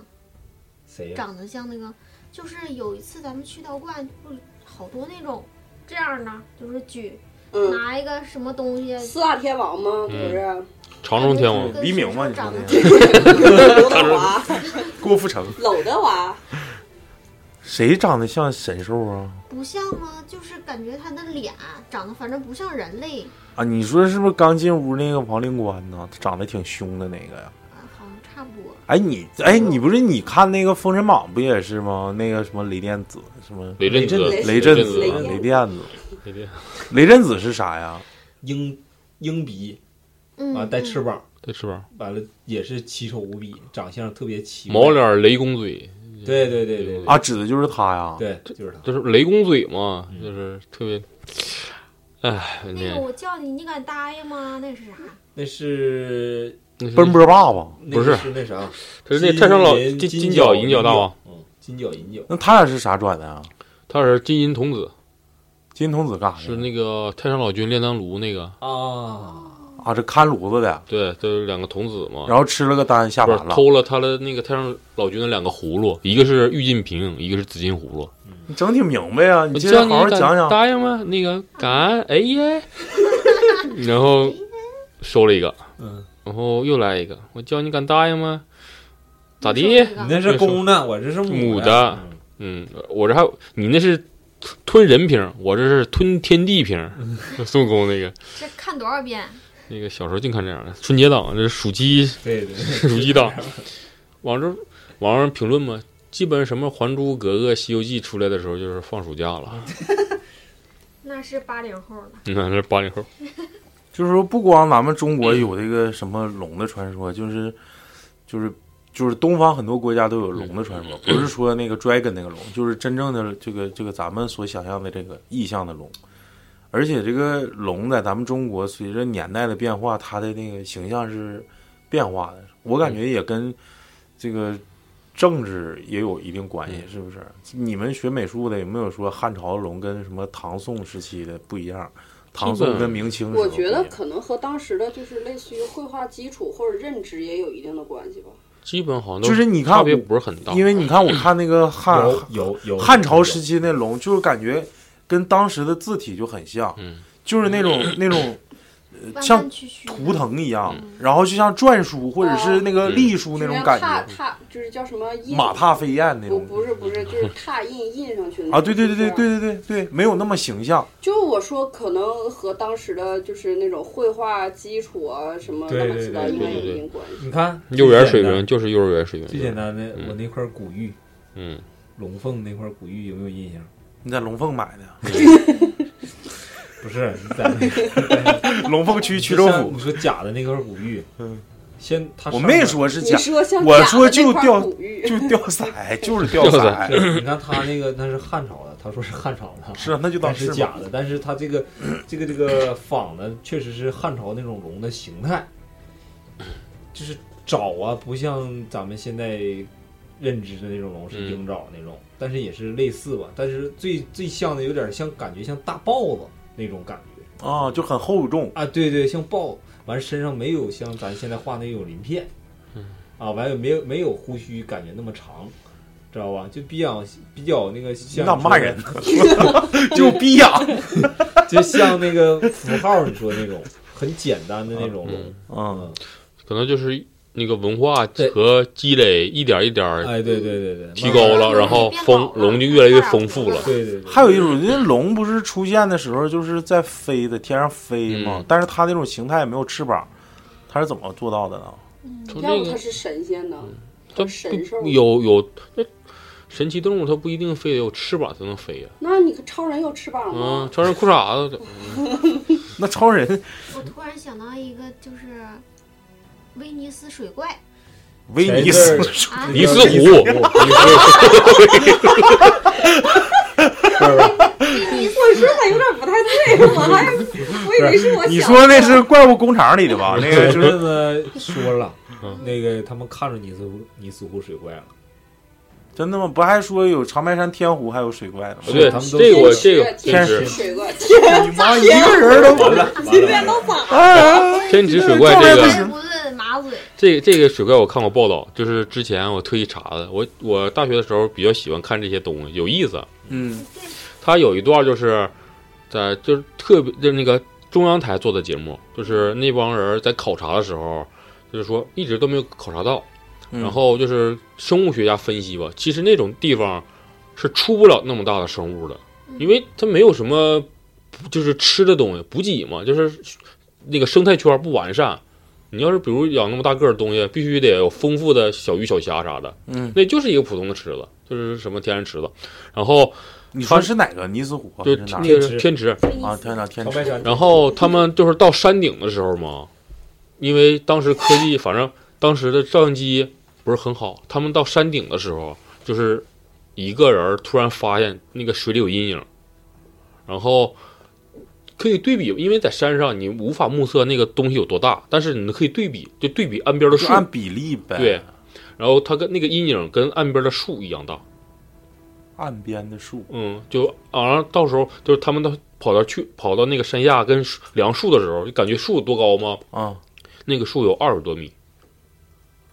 E: 谁啊呀、
H: 长得像那个，就是有一次咱们去道观，就是好多那种这样的，就是举
D: 嗯，
H: 拿一个什么东西，
D: 四大天王吗？不是，
C: 嗯
G: 长城天王
H: 跟
C: 黎明嘛，
H: 神
C: 你
H: 兽
C: 说
H: 长得
C: 那个
D: 刘德华、
C: 郭富城
D: 搂德华。
C: 谁长得像神兽啊？
H: 不像吗？就是感觉他的脸长得反正不像人类，
C: 啊，你说是不是刚进屋那个王令官呢？长得挺凶的那个呀？
H: 啊，好像差不多。
C: 哎，你哎，你不是你看那个《封神榜》不也是吗？那个什么雷电子，什么
G: 雷震子
D: 雷，
C: 雷震
G: 震
C: 子、
G: 子，
C: 雷电子、
G: 雷电，
C: 雷震子是啥呀？
E: 鹰鹰鼻
H: 嗯，
E: 啊，带翅
H: 膀。
E: 膀，
G: 对，翅膀，
E: 完了也是奇丑无比，长相特别奇怪
G: 毛，脸雷公嘴，
E: 对对对对
C: 啊，指的就是他呀。
E: 对，对就是他。
G: 就是雷公嘴嘛，
E: 嗯
G: 就是特别，哎，
H: 那
G: 那
H: 个我叫你，你敢答应吗？那是啥？
E: 那是
G: 那是
C: 奔波爸爸，
E: 那
G: 不
E: 个
G: 是
E: 是那啥，
G: 他是那太上老
E: 金银
G: 金
E: 金
G: 角
E: 角
G: 银角大王，，
E: 嗯，金角银角，
C: 那他俩是啥转的啊？
G: 他是金银童子，
C: 金童子干啥
G: 是
C: 的？
G: 那个太上老君炼丹炉那个，
E: 啊，
C: 啊，这看炉子的，
G: 对，都有两个童子嘛，
C: 然后吃了个丹下
G: 不是
C: 凡了。
G: 偷了他的那个太上老君的两个葫芦，一个是玉净瓶，一个是紫金葫芦。
C: 你整挺明白啊，你
G: 我
C: 接着
G: 叫你
C: 好好
G: 敢
C: 讲讲。
G: 答应吗？那个感恩，哎 耶，然后收了一个，
E: 嗯，
G: 然后又来一个，我叫你敢答应吗？咋
H: 你说？
G: 地
E: 你
H: 那个
E: 啊那是公的，我这是
G: 母
E: 的
G: 的，嗯，我这还有你那是吞人瓶，我这是吞天地瓶。 孙悟空那个
H: 这看多少遍？
G: 那个小时候净看这样的春节档，这是暑期
E: 对对， 对
G: 暑期档，网上网上评论嘛，基本什么《还珠格格》《西游记》出来的时候就是放暑假了，
H: 那是八零后了。
G: 你看这八零后，
C: 就是说，不光咱们中国有这个什么龙的传说，就是就是就是东方很多国家都有龙的传说，不是说那个 dragon 那个龙，就是真正的这个这个咱们所想象的这个意象的龙。而且这个龙在咱们中国随着年代的变化，它的那个形象是变化的。我感觉也跟这个政治也有一定关系，
G: 嗯
C: 是不是？你们学美术的有没有说汉朝龙跟什么唐宋时期的不一样？唐
G: 这
C: 宋
G: 个
C: 跟明清时候
D: 我
C: 不一
D: 觉
C: 样，
D: 得可能和当时的就是类似于绘画基础或者认知也有一定的关系吧。
G: 基本好像都
C: 就是你看
G: 差别
C: 我，
G: 不是很大，
C: 因为你看我看那个汉
E: 有有有
C: 汉朝时期那龙，就是感觉跟当时的字体就很像，
G: 嗯，
C: 就是那 种那种
H: 弯
C: 像
H: 弯曲曲的
C: 图腾一样
H: 嗯，
C: 然后就像篆书或者是那个
G: 嗯
C: 隶书
D: 就
C: 那种
D: 像
C: 感
D: 踏
C: 觉，
D: 踏哦就是叫什么印
C: 马踏飞燕那
D: 不
C: 种
D: 不是不是， 就是拓印印上去的
C: 啊，对对对对
D: 就是
C: 对对对对，没有那么形象，
D: 就我说，可能和当时的就是那种绘画基础啊什么
E: 对
D: 乱七八糟
E: 对
D: 应
G: 对
D: 该有
G: 对
D: 一
G: 对
D: 定关系。
E: 你看
G: 幼儿园水平，就是幼儿园水平，
E: 最简单的
G: 嗯
E: 我那块古玉
G: 嗯，
E: 龙凤那块古玉有没有印象？
C: 你在龙凤买的，
E: 不是，你在
C: 龙凤区区政府
E: 你说假的那块古玉，
C: 嗯
E: 先他
C: 我
E: 上
C: 没
E: 边
C: 说是
D: 你
C: 假，
D: 说像
C: 我
D: 假
C: 说
D: 的
C: 就
D: 那块
C: 掉
D: 古玉
C: 就掉色，就是掉
G: 掉色
C: 色。
E: 你看他那个那是汉朝的，他说是汉朝的，
C: 是啊，那就当
E: 但是
C: 吧
E: 假的，但是他这个这个这个仿的确实是汉朝那种龙的形态，就是爪啊，不像咱们现在认知的那种龙是
G: 嗯
E: 鹰爪那种，但是也是类似吧，但是最最像的有点像感觉像大豹子那种感觉
C: 啊，就很厚重。
E: 啊，对对，像豹，完身上没有像咱现在画那种鳞片，
G: 嗯，
E: 啊，完了没有没有胡须，感觉那么长。知道吧？就比较比较那个像
C: 你咋
E: 你说
C: 骂
E: 的
C: 人呢？就逼养
E: 就像那个符号你说那种很简单的那种
G: 嗯，
C: 嗯，
G: 可能就是那个文化
E: 对
G: 和积累一点一点儿
E: 哎，对对对对，
G: 提高了，然后丰龙就越来越丰富了。
E: 对对对，
C: 还有一种，那龙不是出现的时候就是在飞的天上飞吗？
G: 嗯
C: 但是它那种形态也没有翅膀，它是怎么做到的呢？
G: 从
D: 要
G: 这
D: 不
G: 个嗯
D: 他是神仙呢？
G: 它
D: 神兽
G: 不有有那神奇动物，它不一定非得有翅膀才能飞呀。
D: 那你超人有翅膀
G: 啊
D: 吗，？
G: 穿上裤衩子，
C: 那超人
H: 我突然想到一个，就是威尼斯水怪
C: 威尼斯
E: 前一阵儿
H: 啊，
G: 尼斯湖，
E: 啊
D: 我说咋有点不太 对，我还我以为是我想的
C: 你说那是怪物工厂里的吧？那
E: 前
C: 个
E: 一
C: 就是
E: 阵子说了
G: 嗯，
E: 那个他们看着尼斯湖尼斯湖水 怪了，
C: 真的吗？不还说有长白山天湖还有水怪呢吗？
G: 对
E: 他们都
G: 这个我
D: 天
G: 这个
D: 池天
G: 天池
D: 池水怪，
C: 你妈一个人都完了，
D: 今天都咋了？
C: 啊！
G: 天池水怪
C: 这
G: 这
C: 个
G: 个
H: 怪不论马嘴，
G: 这个这个水怪我看过报道，就是之前我特意查的。我我大学的时候比较喜欢看这些东西，有意思。啊
C: 嗯
G: 它有一段就是在就是特别就是那个中央台做的节目，就是那帮人在考察的时候，就是说一直都没有考察到。
C: 嗯
G: 然后就是生物学家分析吧，其实那种地方是出不了那么大的生物的，因为它没有什么就是吃的东西补给嘛，就是那个生态圈不完善。你要是比如养那么大个儿的东西，必须得有丰富的小鱼小虾啥的，
C: 嗯，
G: 那就是一个普通的池子，就是什么天然池子。然后
C: 你说是哪个尼斯湖啊？
G: 就是
C: 哪
G: 那
C: 儿
G: 个
E: 天池
G: 天池，
C: 啊？天哪，天
E: 长白
C: 池
E: 山，
G: 然后他们就是到山顶的时候嘛，因为当时科技，反正当时的照相机不是很好，他们到山顶的时候，就是一个人突然发现那个水里有阴影，然后可以对比，因为在山上你无法目测那个东西有多大，但是你可以对比，就对比岸边的
C: 就
G: 树，
C: 按比例呗。
G: 对，然后它跟那个阴影跟岸边的树一样大，
C: 岸边的树，
G: 嗯，就啊，然后到时候就是他们到跑到去跑到那个山下跟树梁树的时候，就感觉树有多高吗？
C: 啊，
G: 那个树有二十多米，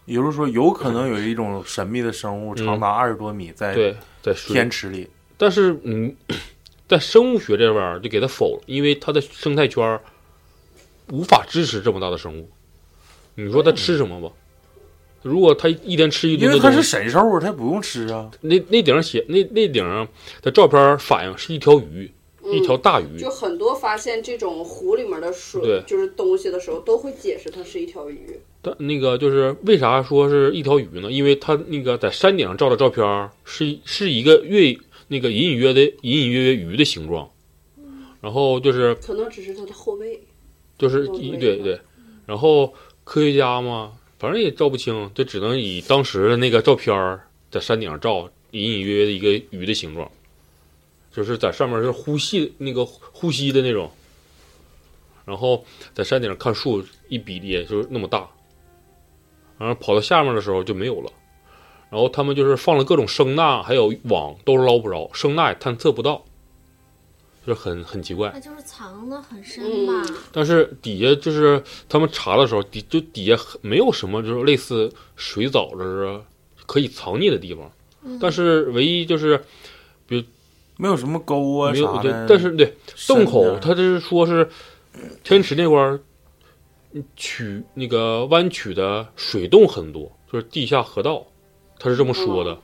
C: 也就是说，有可能有一种神秘的生物，
G: 嗯
C: 长达二十多米，在
G: 对，在水里
C: 哎天池里。
G: 但是你 在生物学这边儿就给它否了，因为它的生态圈儿无法支持这么大的生物。你说它吃什么吧？如果它一天吃一
C: 因
G: 吨
C: 为
G: 的
C: 它
G: 东
C: 是
G: 西，
C: 神兽啊，它不用吃啊。
G: 那那顶上写那那顶上的照片儿反映是一条鱼，一条
D: 嗯，
G: 大鱼
D: 就。很多发现这种湖里面的水
G: 对
D: 就是东西的时候，都会解释它是一条鱼。
G: 但那个就是为啥说是一条鱼呢？因为它那个在山顶上照的照片儿是一是一个月那个隐隐约的隐隐约约鱼的形状，然后就是
D: 可能只是它的后背。
G: 就是
D: 都
G: 一
D: 对
G: 对
D: 的
G: 对，然后科学家嘛，反正也照不清，就只能以当时的那个照片儿在山顶上照，隐隐约约的一个鱼的形状，就是在上面是呼吸那个呼吸的那种，然后在山顶上看树一比例就是那么大，然后跑到下面的时候就没有了，然后他们就是放了各种声呐，还有网都是捞不着，声呐也探测不到，就是很很奇怪
H: 那。就是藏的很深吧？
G: 但是底下就是他们查的时候，底就底下没有什么就是类似水藻就是可以藏匿的地方，
H: 嗯
G: 但是唯一就是
C: 没有什么沟啊
G: 没有
C: 啥
G: 对
C: 的，，
G: 但是对
C: 深
G: 洞
C: 的
G: 口，它就是说是天池那块儿嗯曲那个弯曲的水洞很多，就是地下河道，他是这么说的。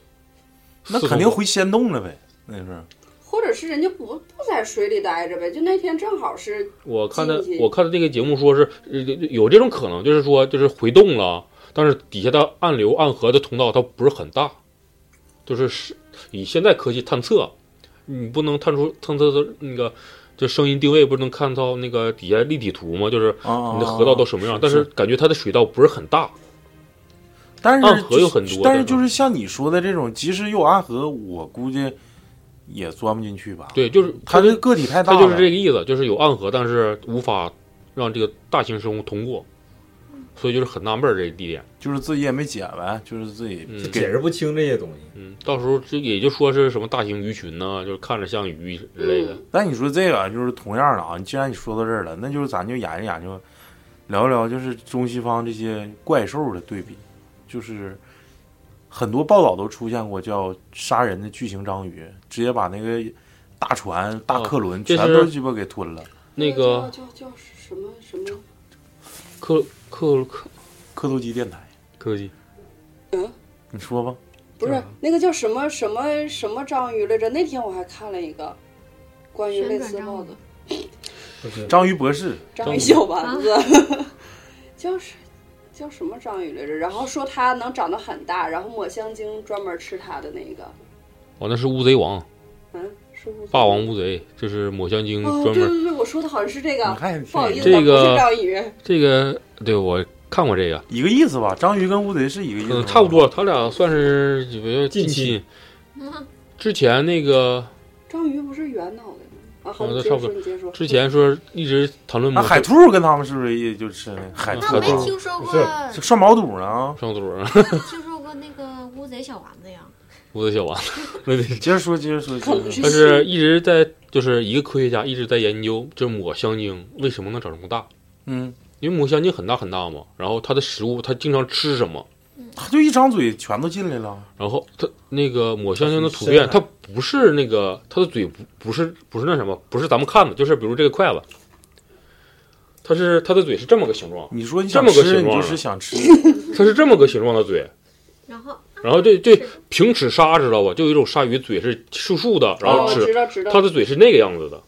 C: 那
G: 四
C: 肯定
G: 通
C: 回仙洞了呗，那是啊
D: 或者是人家不不在水里待着呗，就那天正好是
G: 我看的
D: 进去
G: 我看的那个节目说是呃有这种可能，就是说就是回洞了，但是底下的暗流暗河的通道它不是很大，就是是以现在科技探测，你不能探出探测的那个就声音定位不是能看到那个底下立体图吗？就是
C: 啊，
G: 你的河道都什么样，但哦是感觉它的水道不是很大。
C: 但是
G: 暗河
C: 就
G: 有
C: 是
G: 很多
C: 但
G: 的
C: 是
G: 是
C: 就是像你说的这种，即使有暗河，我估计也钻不进去吧。，
G: 对，就是
C: 它
G: 就
C: 这个体太大
G: 嗯它
C: 了，
G: 就是这个意思，就是有暗河，但是无法让这个大型生物通过，所以就是很纳闷儿这地点。
C: 就是自己也没解呗，就是自己
G: 嗯
C: 给
E: 解释不清这些东西。
G: 嗯，到时候这也就说是什么大型鱼群呐，就是看着像鱼之类的。
C: 但你说这个就是同样的啊，既然你说到这儿了，那就是咱就研究研究，聊一聊就是中西方这些怪兽的对比，就是很多报道都出现过叫杀人的巨型章鱼，直接把那个大船、大客轮
G: 这
C: 全
G: 哦是
C: 都鸡巴给吞了，
G: 那个
D: 叫叫叫什么什么？
G: 克克克
C: 磕头机电台，
G: 科技
D: 嗯，
C: 你说吧，
D: 不是那个叫什么什么什么章鱼来着？那天我还看了一个关于类似报的
E: 不是
C: 章鱼博士，
D: 章鱼小丸子，就是 叫什么章鱼来着？然后说它能长得很大，然后抹香鲸专门吃它的那个，
G: 哦，那是乌贼王，
D: 嗯，是不是？
G: 霸王乌贼，就是抹香鲸
D: 哦，
G: 专
D: 对
G: 门
D: 对对，我说的好像是这
C: 你
D: 个，
C: 看
D: 不好意思，
G: 这个
D: 不是章鱼，
G: 这个，对我看过这个，
C: 一个意思吧，章鱼跟乌贼是一个意思吧，
G: 嗯，差不多，他俩算是比较
E: 近
G: 近
E: 亲
G: 亲。
H: 嗯
G: 之前那个
D: 章鱼不是圆脑袋吗？啊，好，
G: 嗯
D: 你
G: 那
D: 接
G: 差
D: 着
G: 不
D: 说，
G: 多
D: 你接着说。
G: 之前说一直谈论
C: 那
G: 抹
C: 海
G: 香
C: 兔跟他们是不是也就吃那海
G: 嗯
C: 兔
H: 那我没
G: 不是
H: 听说过，
C: 这涮毛肚呢？
G: 上桌啊，
H: 没听说过那个乌贼小丸子呀。
G: 乌贼小丸子，没没事
C: 接着说，接着说，接
D: 可
C: 着说。
D: 能是
G: 但是一直在就是一个科学家一直在研究，就是抹香鲸为什么能长这么大？
C: 嗯，
G: 因为抹香鲸很大很大嘛，然后它的食物它经常吃什么？
C: 他就一张嘴全都进来了。
G: 然后它那个抹香鲸的图
E: 它
G: 片，
E: 很
G: 它
E: 深
G: 不是那个它的嘴不不是不是那什么，不是咱们看的，就是比如这个筷子，它是它的嘴是这么个形状，
C: 你说你想
G: 这么个
C: 吃，
G: 形
C: 你
G: 状
C: 就是想吃。
G: 它是这么个形状的嘴，
H: 然后
G: 然后这这平齿鲨知道吧？就有一种鲨鱼嘴是竖竖的，然后
D: 哦，
G: 齿
D: 知道知道
G: 它，的嘴是那个样子的，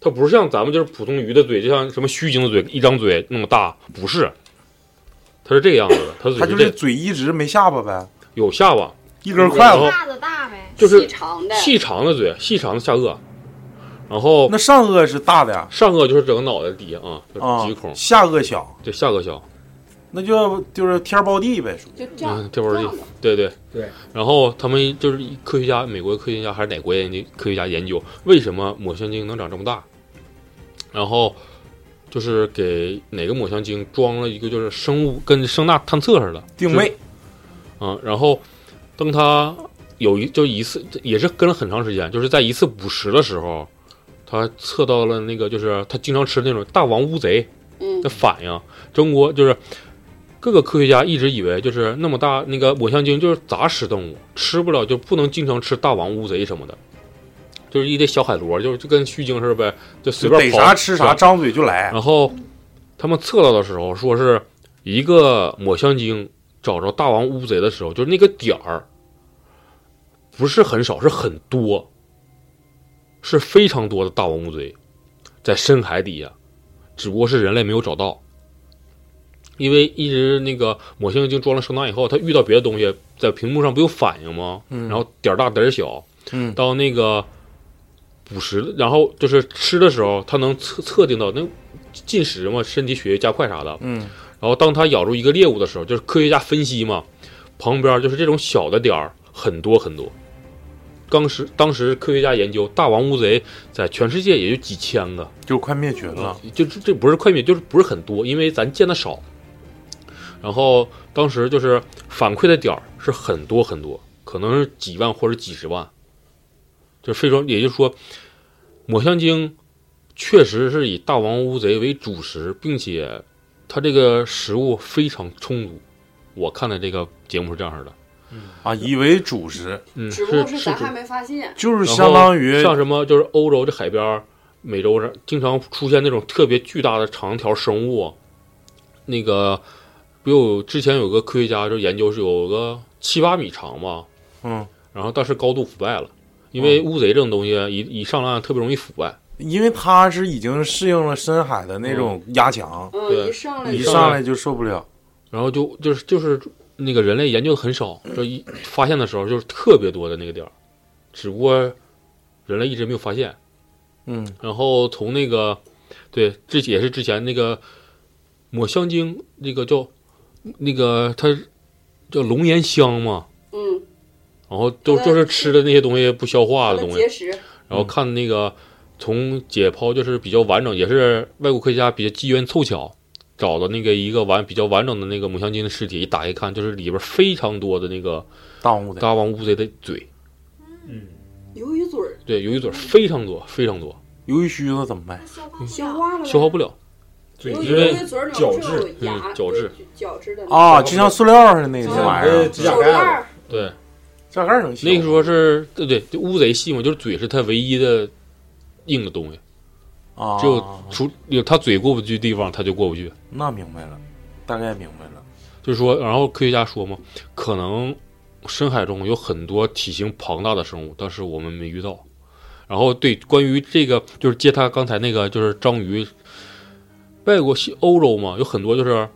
G: 它不是像咱们就是普通鱼的嘴，就像什么须鲸的嘴，一张嘴那么大，不是，它是这个样子的，它
C: 他
G: 嘴
C: 就是是
G: 这
C: 嘴一直没下巴呗，
G: 有下巴，
C: 一根筷
G: 然
C: 子
G: 后。
H: 大的大呗，
G: 就是
D: 细长的，
G: 细长的嘴，细长的下颚，然后
C: 那上颚是大的呀，
G: 上颚就是整个脑袋底下啊，就是
C: 啊
G: 几个孔，，
C: 下颚小，
G: 对下颚小，
C: 那就就是天儿包地呗，属于
D: 就这
G: 嗯
D: 样，，
G: 这玩意
D: 这
G: 儿
D: 样的
G: 对对
E: 对。
G: 然后他们就是科学家，美国科学家还是哪国研究科学家研究为什么抹香鲸能长这么大，然后就是给哪个抹香鲸装了一个就是生物跟声呐探测似的
C: 定位。
G: 啊、然后当它有一就一次也是跟了很长时间，就是在一次捕食的时候，它测到了那个就是它经常吃那种大王乌贼，
D: 嗯
G: 的，反应。中国就是各个科学家一直以为，就是那么大那个抹香鲸就是杂食动物，吃不了就不能经常吃大王乌贼什么的，就是一堆小海螺，就是就跟须鲸似的呗，就随
C: 就
G: 便啊
C: 逮
G: 跑
C: 啥吃啥，
G: 对
C: 张嘴就来。
G: 然后他们测到的时候，说是一个抹香鲸找着大王乌贼的时候，就是那个点儿不是很少，是很多，是非常多的大王乌贼在深海底下，只不过是人类没有找到。因为一直那个抹香鲸装了声呐以后，它遇到别的东西，在屏幕上不有反应吗？
C: 嗯
G: 然后点儿大点儿小，
C: 嗯
G: 到那个捕食，然后就是吃的时候，它能测测定到那进食嘛，身体血液加快啥的。
C: 嗯，
G: 然后当它咬住一个猎物的时候，就是科学家分析嘛，旁边就是这种小的点儿很多很多。当时当时科学家研究大王乌贼在全世界也就几千个，
C: 就快灭绝了。
G: 就这这不是快灭，就是不是很多，因为咱见的少。然后当时就是反馈的点儿是很多很多，可能是几万或者几十万，就非常，也就是说，抹香鲸确实是以大王乌贼为主食，并且它这个食物非常充足。我看的这个节目是这样式的，
C: 啊，以为主食
G: 嗯，
D: 只不
G: 是
D: 过
G: 是
D: 咱
G: 主
D: 还没发现，
C: 就是
G: 然后
C: 相当于
G: 像什么就是欧洲这海边儿、美洲这经常出现那种特别巨大的长条生物，那个不有之前有个科学家就研究是有个七八米长嘛，
C: 嗯，
G: 然后但是高度腐败了，因为乌贼这种东西啊一一上岸特别容易腐败，
C: 因为它是已经适应了深海的那种压强，
D: 嗯，
G: 对
D: 一上来
G: 嗯
C: 一
D: 就
C: 上来就受不了。
G: 然后就就是就是那个人类研究的很少，就一发现的时候就是特别多的那个点儿，只不过人类一直没有发现。
C: 嗯
G: 然后从那个，对，这也是之前那个抹香鲸，那个叫那个它叫龙涎香嘛，
D: 嗯，
G: 然后都
D: 对
G: 就是吃的那些东西不消化的
D: 咱
G: 东
D: 们
G: 西
D: 节，食，
G: 然后看那个从解剖就是比较完整，也是外国科学家比较机缘凑巧找到那个一个完比较完整的那个抹香鲸的尸体，一打开看就是里边非常多的那个
C: 大物的，
G: 嘎王乌贼的嘴，
B: 嗯，
D: 鱿鱼嘴儿
G: 对，有一嘴非常多非常多，
C: 鱿鱼须子怎么办
H: 它？消化不了。
D: 消化了呗，
G: 消化不了，
E: 嘴
D: 鱿鱼
E: 是
D: 鱿鱼嘴儿
E: 角
D: 鸟是
E: 质
D: 有牙
G: 嗯角质
D: 角质的那
C: 啊，就像塑料似的那那玩意
E: 呃
C: 儿，
E: 指
D: 个
E: 甲
D: 手
E: 盖
D: 腕
E: 儿，
D: 儿，
G: 对。
C: 这玩意儿能行？
G: 那个时候是对对，就乌贼系嘛，就是嘴是它唯一的硬的东西，
C: 啊，
G: 只有除有它嘴过不去的地方，它就过不去。
C: 那明白了，大概明白了。
G: 就是说，然后科学家说嘛，可能深海中有很多体型庞大的生物，但是我们没遇到。然后对，关于这个就是接他刚才那个就是章鱼，外国西欧洲嘛，有很多就是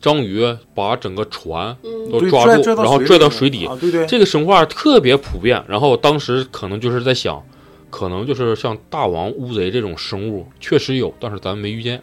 G: 章鱼把整个船
D: 嗯，
G: 都
C: 对
G: 抓
C: 拽
G: 住，
C: 拽到
G: 然后
C: 水
G: 拽到
C: 里
G: 水底，
C: 啊，对对，
G: 这个神话特别普遍，然后当时可能就是在想，可能就是像大王乌贼这种生物确实有，但是咱没遇见。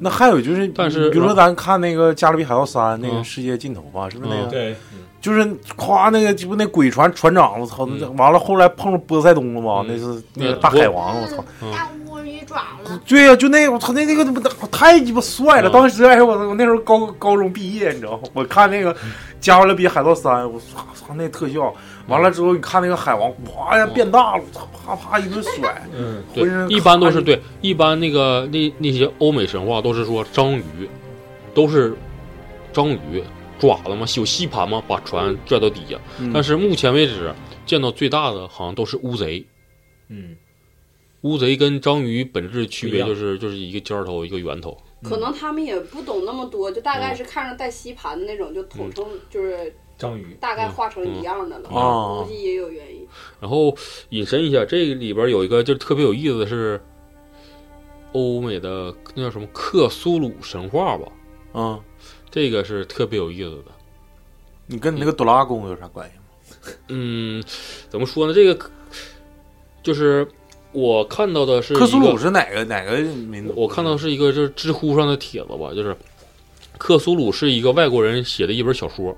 C: 那还有就是，
G: 但是
C: 比如说咱看那个《加勒比海盗三》那个
G: 嗯
C: 世界尽头吧，是不是
G: 嗯
C: 那个？
E: 对，
C: 就是夸那个鸡巴那鬼船船长，我操！
G: 嗯
C: 那完了后来碰上波塞冬了嘛
G: 嗯，
C: 那是那
G: 那
C: 个大
G: 我
C: 海王，我操！
G: 嗯
H: 大乌鱼爪了，
C: 对呀，就那个我操，那那个他妈的太鸡巴帅了！
G: 嗯
C: 当时哎我我那时候高高中毕业，你知道吗？我看那个《加勒比海盗三》，我操操那特效，完了之后你看那个海
G: 嗯
C: 王，哗呀变大了，我操啪啪一顿甩，
E: 嗯，
G: 对
C: 浑身，
G: 一般都是
C: 咔
G: 对，一般那个那那些欧美神话都是说章鱼，都是章鱼爪子嘛，有吸盘嘛，把船拽到底下。
C: 嗯
G: 但是目前为止见到最大的好像都是乌贼，
E: 嗯，
G: 乌贼跟章鱼本质区别
E: 不一样
G: 就是就是一个尖儿头一个圆头。
D: 可能他们也不懂那么多，就大概是看着带吸盘的那种，就统称就是
E: 章鱼，
D: 大概画成一样的了，
C: 嗯嗯
D: 估计也有原因。
G: 然后引申一下，这个里边有一个就是特别有意思的是，欧美的那叫什么克苏鲁神话吧，
C: 嗯，
G: 这个是特别有意思的。
C: 你跟你那个朵拉公有啥关系吗？
G: 嗯，怎么说呢？这个克就是我看到的是
C: 克苏
G: 一个
C: 鲁是哪个哪个民族？
G: 我看到是一个就是知乎上的帖子吧，就是克苏鲁是一个外国人写的一本小说，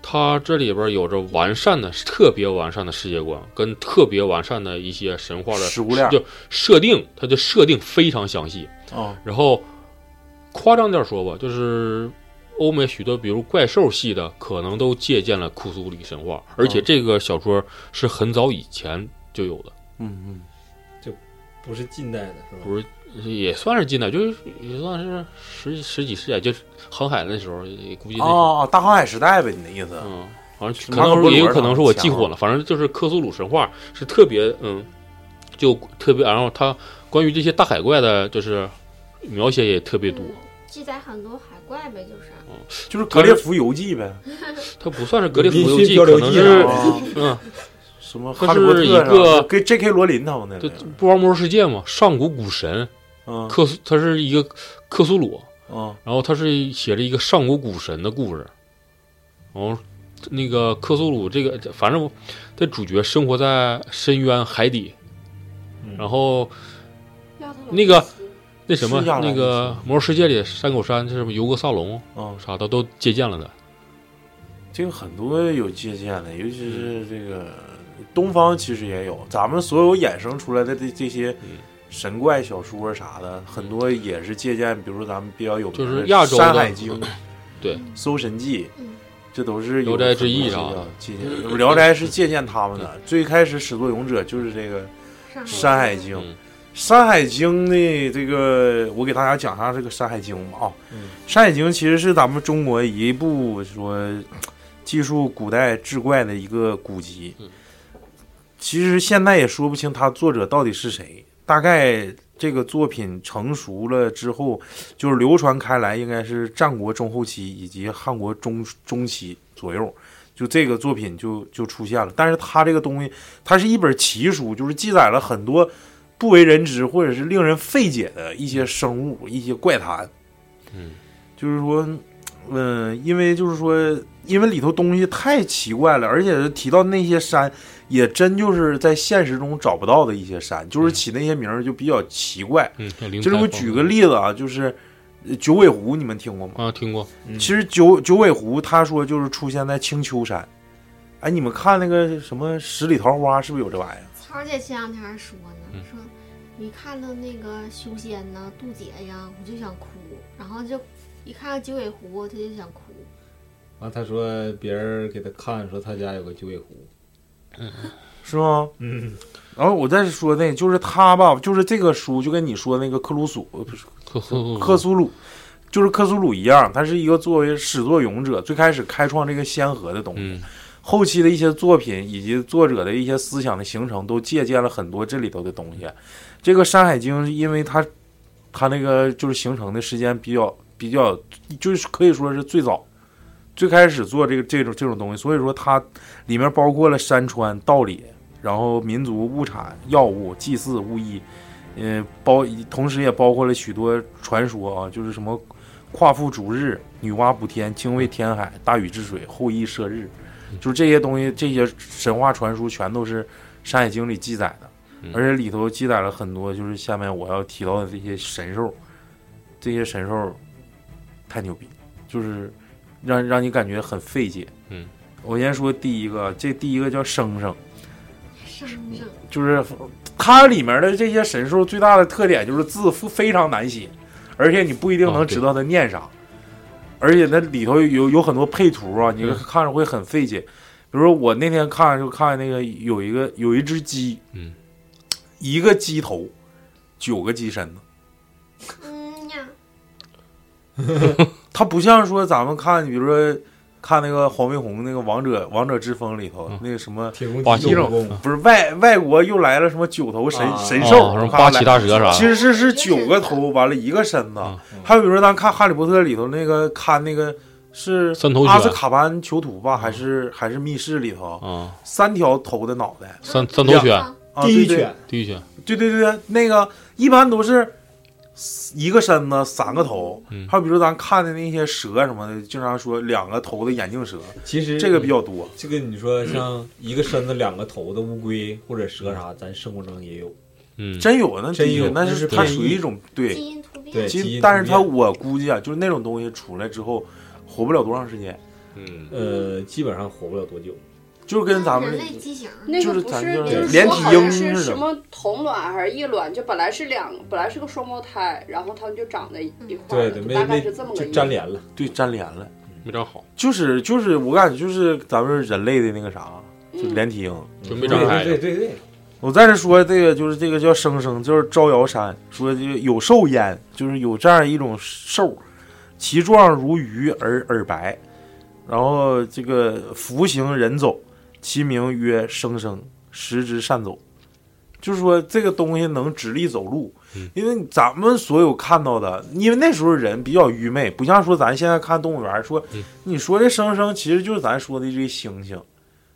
G: 他这里边有着完善的、特别完善的世界观，跟特别完善的一些神话的
C: 食物链
G: 就设定，它的设定非常详细。
C: 啊，
G: 然后夸张点说吧，就是欧美许多比如怪兽系的，可能都借鉴了库苏里神话，而且
C: 嗯
G: 这个小说是很早以前就有的。
C: 嗯嗯，
E: 不是近代的是吧？
G: 不是，也算是近代，就是也算是十十几世纪，就是航海那时候，也估计那时候，
C: 哦，大航海时代呗，你的意思？
G: 嗯，好像
C: 是
G: 可
C: 马可波
G: 能
C: 罗
G: 也有
C: 上
G: 可能是我
C: 讲
G: 记混了，反正就是克苏鲁神话是特别，嗯，就特别，然后它关于这些大海怪的，就是描写也特别多，
H: 记载很多海怪呗，就是。
C: 就是《格列佛游记》呗，哦
G: 它不算是格列佛
E: 民
G: 游
E: 心
G: 记，
E: 漂
G: 可
E: 流
G: 能
E: 记
G: 是
E: 啊，
G: 嗯，
C: 什么《
G: 它
C: 哈利波特
G: 是》一
C: 啥
G: 个
C: 的跟 J.K. 罗琳他们那
G: 这
C: 个，
G: 不玩魔兽世界嘛，上古古神
C: 嗯
G: 克苏，它是一个克苏鲁，
C: 嗯
G: 然后他是写了一个上古古神的故事，然后那个克苏鲁这个，反正这主角生活在深渊海底，
E: 嗯
G: 然后
D: 亚特兰
G: 那个
D: 蒂斯
G: 那什么
C: 是亚兰
G: 那
C: 蒂斯
G: 个魔兽世界里山口山就是游格萨隆
C: 嗯，
G: 啥的都借鉴了的，
C: 这个很多有借鉴的，尤其是
G: 嗯
C: 这个东方其实也有，咱们所有衍生出来的这这些
G: 嗯
C: 神怪小说啥的，很多也是借鉴，比如咱们比较有名
G: 就是
C: 的
G: 亚洲
C: 《山
G: 的嗯
C: 海经》
G: 对
C: 《搜神记》
H: 嗯
C: 这都是有
G: 聊斋志异
C: 很多
G: 啥的
C: 借鉴，《聊斋》是借鉴他们的。最开始始作俑者就是这个《
H: 上
C: 山海
H: 经
C: 经》，
G: 嗯
C: 山海经》的这个，我给大家讲一下这个《山海经》吧啊，山海经》其实是咱们中国一部说技术古代志怪的一个古籍
G: 嗯。
C: 其实现在也说不清它作者到底是谁，大概这个作品成熟了之后，就是流传开来，应该是战国中后期以及汉国中中期左右，就这个作品就就出现了。但是它这个东西，它是一本奇书，就是记载了很多不为人知或者是令人费解的一些生物、一些怪谈。
G: 嗯，
C: 就是说，嗯，因为就是说，因为里头东西太奇怪了，而且提到那些山，也真就是在现实中找不到的一些山，就是起那些名儿就比较奇怪。
G: 嗯，那灵
C: 就是
G: 台
C: 我
G: 风
C: 举个例子啊，就是呃九尾狐，你们听过吗？
G: 啊，听过
C: 其实九九尾狐，他说就是出现在青丘山。哎，你们看那个什么十里桃花，是不是有这玩意儿？
H: 曹姐前两天说呢
G: 嗯，
H: 说你看到那个修仙呢，渡劫呀，我就想哭，然后就一看到九尾狐，他就想哭。
E: 完，他说别人给他看，说他家有个九尾狐。
C: 是吗？
E: 嗯，
C: 然后我再说那个，就是他吧，就是这个书就跟你说那个克鲁索呃不是
G: 克苏
C: 克苏鲁，就是克苏鲁一样，他是一个作为始作俑者，最开始开创这个仙河的东西。
G: 嗯
C: 后期的一些作品以及作者的一些思想的形成，都借鉴了很多这里头的东西。这个《山海经》，因为它它那个就是形成的时间比较比较，就是可以说是最早最开始做这个这种这种东西，所以说它里面包括了山川、道理，然后民族、物产、药物、祭祀、巫医，嗯、包同时也包括了许多传说啊，就是什么。夸父逐日、女娲补天、精卫填海、大禹治水、后羿射日，就是这些东西，这些神话传说全都是《山海经》里记载的，
G: 嗯
C: 而且里头记载了很多，就是下面我要提到的这些神兽，这些神兽太牛逼，就是让让你感觉很费解。
G: 嗯，
C: 我先说第一个，这第一个叫生生，
H: 上上，
C: 就是它里面的这些神兽最大的特点就是字非常难写，而且你不一
G: 哦
C: 定能知道它念啥，而且那里头有有很多配图啊，你
G: 嗯
C: 看着会很费解。比如说我那天看就看那个有一个有一只鸡，
G: 嗯，
C: 一个鸡头，九个鸡身子，
H: 嗯呀，
C: 它不像说咱们看，比如说看那个黄飞鸿那个王者王者之风里头、
G: 嗯
C: 那个什么。
E: 铁公
G: 八
E: 鸡
G: 鸡
E: 肉
G: 肉
E: 功，
C: 不是外外国又来了什么九头神、
E: 啊
C: 神
G: 啊
C: 兽，
G: 什么
C: 咔
G: 八
C: 来
G: 岐大蛇啥
C: 其
G: 的，
C: 实是是九个头，完了一个身子。
G: 啊嗯
E: 嗯
C: 还有比如说，咱看《哈利波特》里头那个看那个是
G: 三头
C: 阿斯
G: 犬嗯
C: 卡班囚徒吧，还是还是密室里头
G: 啊，
C: 三条头的脑袋
G: 三三头犬，
C: 啊？
E: 第一
C: 对
E: 拳，
G: 第一犬，
C: 对对对对，那个一般都是一个身子三个头。
G: 嗯
C: 还有比如咱看的那些蛇什么的，经常说两个头的眼镜蛇，
G: 嗯
E: 其实
C: 这个比较多。
E: 这个你说像一个身子两个头的乌龟或者蛇啥，咱生活中也有。
G: 嗯，
C: 真有那
E: 真
C: 的确
E: 有
C: 那
E: 那
C: 是
E: 是
C: 它
E: 变异
C: 属于一种对，
H: 基因突变。
E: 对
C: 其
E: 基
C: 实
E: 因
C: 但是
E: 突
C: 它
E: 变
C: 我估计啊，就是那种东西出来之后，活不了多长时间，
G: 嗯，
E: 呃，基本上活不了多久。
C: 就是跟咱们
H: 人类畸形，
D: 那
C: 就
D: 个
C: 是
D: 不
C: 咱
D: 是
C: 就
D: 就是
H: 连
D: 说
H: 体
D: 好像
C: 婴
D: 是
C: 似的
D: 什么同卵还是异卵？就本来是两，本来是个双胞胎，然后他们就长在一块儿
E: 对
D: 了，
E: 对，
D: 就
E: 没
D: 大概
E: 没
D: 是这么个
E: 就
D: 意
E: 粘
D: 思。
E: 连了。
C: 对粘连了。
G: 没长好，
C: 就是就是，我感觉就是咱们人类的那个啥，就
D: 嗯
C: 连体婴。
G: 就没张开
E: 对对对对，
C: 我再说这个，就是这个叫生生，就是招摇山，说这个有兽焉，就是有这样一种兽，其状如鱼而耳白，然后这个服行人走，其名曰生生，食之善走。就是说这个东西能直立走路
G: 嗯，
C: 因为咱们所有看到的，因为那时候人比较愚昧，不像说咱现在看动物园儿说
G: 嗯，
C: 你说这生生其实就是咱说的这些猩猩，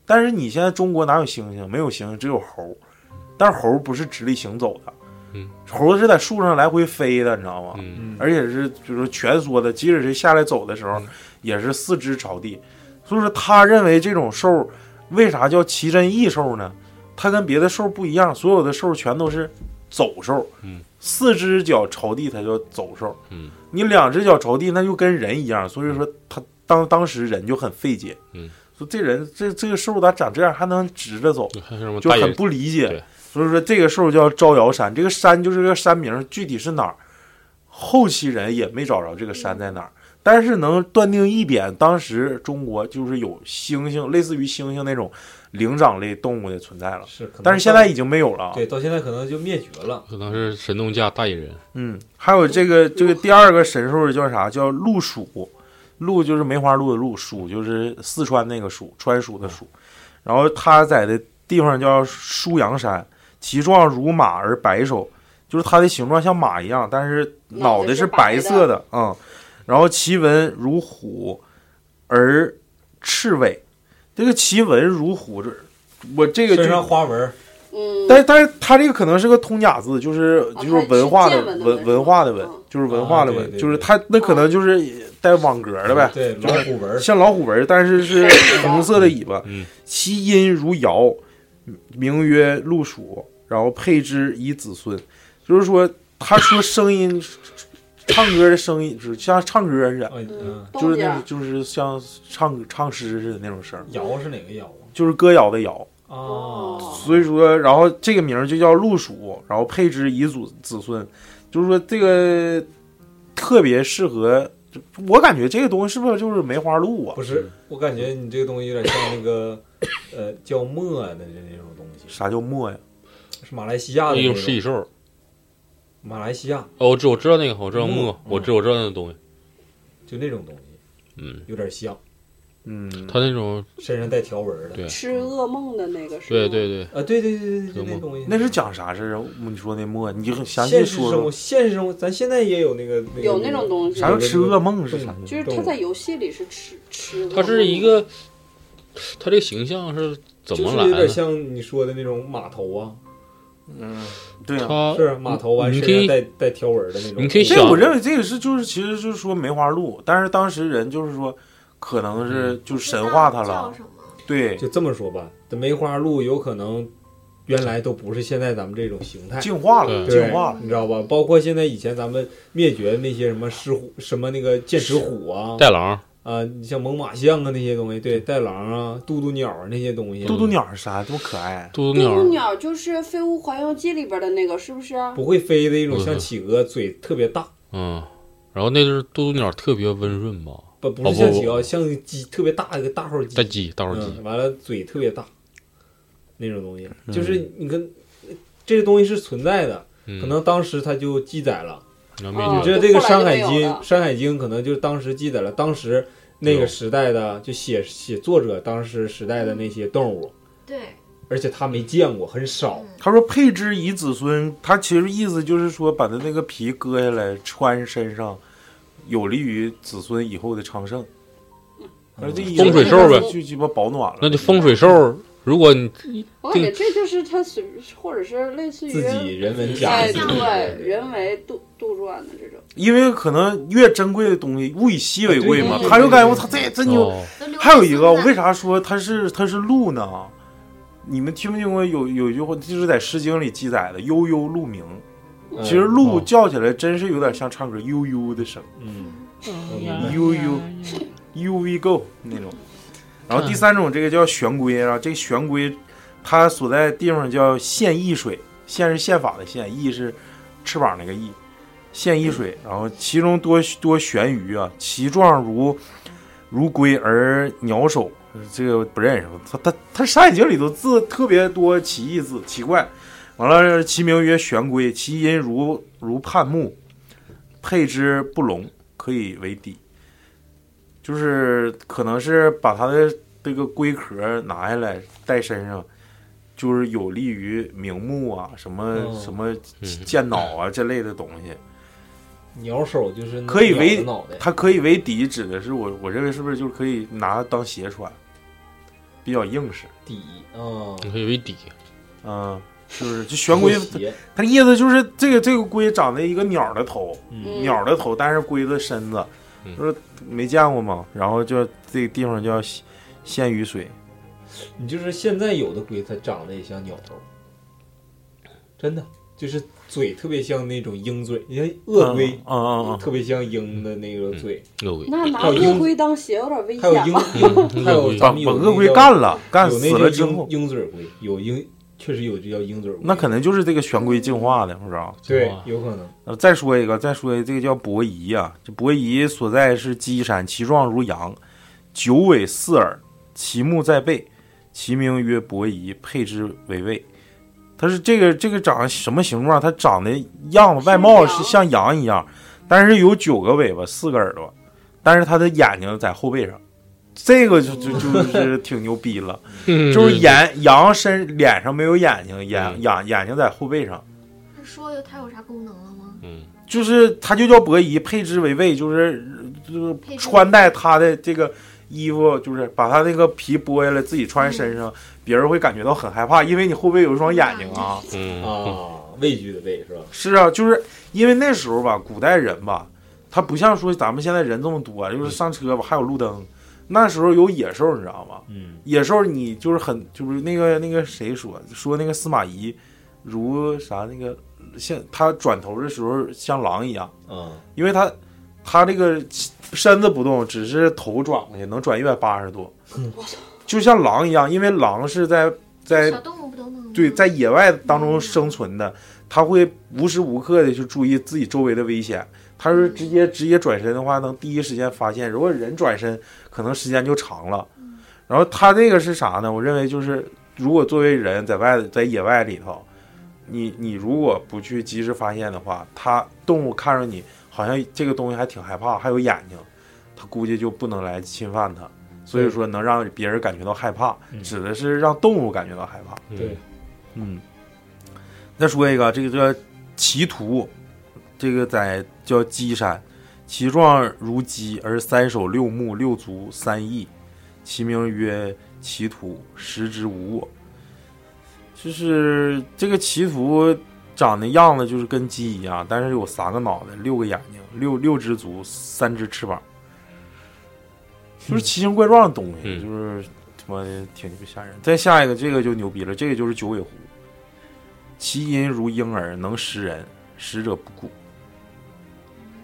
C: 但是你现在中国哪有猩猩？没有猩猩，只有猴儿。但是猴儿不是直立行走的，
G: 嗯，
C: 猴儿是在树上来回飞的，你知道吗？
G: 嗯，
E: 嗯，
C: 而且是就是说蜷缩的，即使是下来走的时候，
G: 嗯
C: 也是四肢朝地。所以说，他认为这种兽为啥叫奇珍异兽呢？它跟别的兽不一样，所有的兽全都是走兽，
G: 嗯，
C: 四只脚朝地才叫走兽，
G: 嗯，
C: 你两只脚朝地那就跟人一样。所以说，他当当时人就很费解，
G: 嗯，
C: 说这人这这个兽咋长这样还能直着走？
G: 还有什么
C: 就
G: 大
C: 很
G: 眼，
C: 不理解
G: 对。
C: 所以说这个兽叫招摇山，这个山就是个山名，具体是哪儿，后期人也没找着这个山在哪儿。但是能断定一点，当时中国就是有猩猩，类似于猩猩那种灵长类动物的存在了，
E: 是，可能
C: 但是现在已经没有了啊。
E: 对到现在可能就灭绝了。
G: 可能是神农架大野人，
C: 嗯，还有这个这个第二个神兽叫啥？叫鹿黍，鹿就是梅花鹿的鹿，黍就是四川那个蜀，川蜀的蜀。然后它在的地方叫舒阳山，其状如马而白首，就是它的形状像马一样，但是脑袋是白色的，嗯。然后其纹如虎，而赤尾。这个其纹如虎，这我这个就
E: 身上花纹儿，
D: 嗯，
C: 但但是它这个可能是个通假字，就是
D: 啊
C: 就是文化的
D: 它是见闻的
C: 文
D: 文
C: 文化的文
D: 嗯，
C: 就是文化的
E: 啊对
C: 文，
E: 对
C: 就是
E: 对
C: 它那可能就是带网格的呗，
E: 对，老虎纹儿，
C: 像老虎纹，但是 是红色的尾巴
G: 嗯，
C: 其音如尧，名曰陆鼠，然后配之以子孙。就是说，他说声音，唱歌的声音，就是像唱歌似的，
E: 嗯嗯，
C: 就是那
D: 东家
C: 种，就是像唱唱诗似的那种声儿，
E: 尧是哪个尧
C: 就是歌谣的谣。
E: 啊？
D: 哦
E: 哦，
C: 所以说，然后这个名儿就叫陆鼠，然后配之以祖子孙，就是说这个特别适合。就我感觉这个东西是不是就是梅花鹿啊
E: 不？是，我感觉你这个东西有点像那个，呃，叫墨的那那种东西，
C: 啥叫墨呀？
E: 是马来西亚的
G: 一
E: 那
G: 种食蚁
E: 种，
G: 兽。
E: 马来西亚
G: 哦，我知我知道那个，我知道墨
E: 嗯，
G: 我知我知道那个东西。
E: 就那种东西，
G: 嗯，
E: 有点像，
C: 嗯，
G: 它那种
E: 身上带条纹儿的，
G: 对
D: 吃噩梦的那个是
G: 对
D: 吗？
G: 对对，
E: 啊，对对对对，就
G: 有
E: 那
G: 吗
E: 东西，
C: 那是讲啥事儿啊？你说那墨，你就详细
E: 现实
C: 说
E: 生活，
C: 说。
E: 现实生活，咱现在也有那个
D: 有那种东西
C: 啥叫吃噩梦是
E: 对
C: 啥意
D: 就
C: 思？
D: 是他在游戏里是吃吃噩梦的，
G: 它是一个，它这个形象是怎
E: 就
G: 么
E: 是
G: 来
E: 有点
G: 的？
E: 像你说的那种码头啊，
C: 嗯，对啊。
G: 它
E: 是码头完
G: 你
E: 身
G: 可以
E: 上带带条纹的那种。
G: 你可以
C: 这
G: 想
C: 我认为这个是就是其实就是说梅花鹿，但是当时人就是说，可能是就是神化它
H: 叫
C: 了。
H: 什么？
C: 对，
E: 就这么说吧，这梅花鹿有可能原来都不是现在咱们这种形态，
C: 进化了，
G: 对
C: 进化了。
E: 你知道吧？包括现在以前咱们灭绝那些什么狮虎、什么那个剑齿虎啊，
G: 带狼，
E: 啊，你像猛犸象啊那些东西，对，带狼啊、渡渡鸟啊那些东西，
C: 渡渡鸟是啥？多可爱！啊
G: 渡渡
D: 渡渡
G: 鸟，
D: 鸟就是《飞屋环游记》里边的那个，是不是？
E: 不会飞的一种，
G: 嗯
E: 像企鹅，嘴特别大，
G: 嗯，然后那只渡渡鸟特别温润吧，
E: 不不
G: 哦
E: 是像
G: 不
E: 企鹅，像鸡特别大一个大号鸡
G: 大，鸡，大伙鸡，
E: 嗯，完了嘴特别大，那种东西，就是你跟这个东西是存在的，
G: 嗯
E: 可能当时它就记载了。
G: 然后
D: 哦
G: 灭
E: 你知
G: 绝，
E: 道这个《山海
D: 后来就没
E: 经
D: 有》，了
E: 《山海经》可能就是当时记载了当时那个时代的，就写写作者当时时代的那些动物，
H: 对，
E: 而且他没见过，很少。
H: 嗯
C: 他说配之以子孙，他其实意思就是说把他那个皮割下来穿身上，有利于子孙以后的昌盛。而这一
G: 嗯风水兽呗
C: 就鸡巴保暖了。
G: 那就风水兽。如果你
D: 我感觉这就是他随，或者是类似于
E: 自己人文假
D: 哎，
E: 设，
D: 对，人为杜杜撰的这种。
C: 因为可能越珍贵的东西，物以稀为贵嘛
E: 对对。对
C: 他就感觉我操，这真牛。
G: 哦，
H: 都留
C: 还有一个，
H: 着
C: 我
H: 现在
C: 为啥说它是它是鹿呢？你们听没听过有有一句话，就是在《诗经》里记载的“悠悠鹿鸣”。
E: 嗯
C: 其实鹿
G: 哦
C: 叫起来真是有点像唱歌悠悠的声，
E: 嗯，
C: 悠悠悠 we go 那种。然后第三种，这个叫玄龟啊，这个玄龟，它所在地方叫县邑水，县是宪法的县，邑是翅膀那个翼，现一水，然后其中多多玄鱼啊，其状如如龟而鸟首，这个不认识。他他他《山海经》里头字特别多奇异字，奇怪。完了，其名曰玄龟，其音如如盼木，配之不聋，可以为底。就是可能是把它的这个龟壳拿下来带身上，就是有利于明目啊，什么、
E: 哦
C: 什么
G: 嗯
C: 健脑啊这类的东西。
E: 嗯鸟手就是那
C: 可以为
E: 鸟的脑袋，
C: 它可以为底，指的是我我认为是不是就是可以拿它当鞋穿，比较硬实，
E: 底啊，
G: 你可以为底，
C: 嗯，是不是？就玄龟
E: 拖，鞋
C: 它的意思就是这个这个龟长得一个鸟的头，
E: 嗯，
D: 嗯
C: 鸟的头，但是龟的身子，
G: 嗯
C: 就是没见过嘛。然后就这个地方叫鲜鲜鱼水，
E: 你就是现在有的龟，它长得也像鸟头，真的就是嘴特别像那种鹰嘴，你看鳄龟
C: 嗯嗯嗯嗯，
E: 特别像鹰的那个嘴，
G: 鳄龟，
D: 那
E: 还
D: 拿
E: 有鹰
D: 乌龟当鞋有
C: 嗯
D: 点危
E: 还有
D: 险
E: 鹰
G: 嗯
D: 吧？
E: 鹰，还有
C: 把
E: 咱们
C: 把
E: 有
C: 鳄
E: 那
C: 龟
E: 叫
C: 干了，干
E: 有
C: 死
E: 那
C: 了
E: 叫
C: 之
E: 鹰
C: 后，
E: 鹰嘴龟，有鹰确实有这叫鹰嘴龟，
C: 那可能就是这个玄龟进化的，不知道。
E: 对
G: 哇，
E: 有可能。
C: 呃，再说一个，再说一个，这个叫伯夷啊。这伯夷所在是箕山，其状如羊，九尾四耳，其目在背，其名曰伯夷，配之为卫。它是这个这个长什么形状？它长得样子外貌是像羊一样，但是有九个尾巴，四个耳朵，但是它的眼睛在后背上，这个就就就是挺牛逼了。就是眼羊身脸上没有眼睛，眼
G: 嗯
C: 眼眼睛在后背上。
H: 他说有它有啥功能了吗？
G: 嗯，
C: 就是他就叫伯夷，配之为卫，就是就是
H: 配置
C: 穿戴他的这个衣服，就是把他那个皮剥下来自己穿身上，别人会感觉到很害怕，因为你后背有一双眼睛啊。
G: 嗯嗯，
E: 啊，畏惧的畏是吧？
C: 是啊，就是因为那时候吧，古代人吧，它不像说咱们现在人这么多，啊就是上车吧，还有路灯。那时候有野兽，你知道吗？
B: 嗯，
C: 野兽你就是很就是那个那个谁说说那个司马懿，如啥那个像他转头的时候像狼一样，
E: 嗯，
C: 因为他他这个身子不动，只是头转过去，能转一百八十度，就像狼一样，因为狼是在在
H: 小动物不都能吗
C: 哎对，在野外当中生存的，他会无时无刻的去注意自己周围的危险。他是直接直接转身的话，能第一时间发现。如果人转身，可能时间就长了。然后他这个是啥呢？我认为就是，如果作为人在外在野外里头，你你如果不去及时发现的话，它动物看着你，好像这个东西还挺害怕，还有眼睛，它估计就不能来侵犯它。所以说，能让别人感觉到害怕，
B: 嗯
C: 指的是让动物感觉到害怕。
E: 对，
C: 嗯，再说一个，这个叫奇图，这个在叫鸡山，其状如鸡，而三首六目六足三翼，其名曰奇图，食之无我。就是这个奇图长的样子就是跟鸡一样，但是有三个脑袋、六个眼睛、六六只足、三只翅膀，就是奇形怪状的东西，
G: 嗯
C: 就是他妈的挺挺吓人。再下一个，这个就牛逼了，这个就是九尾狐，其音如婴儿，能食人，食者不顾。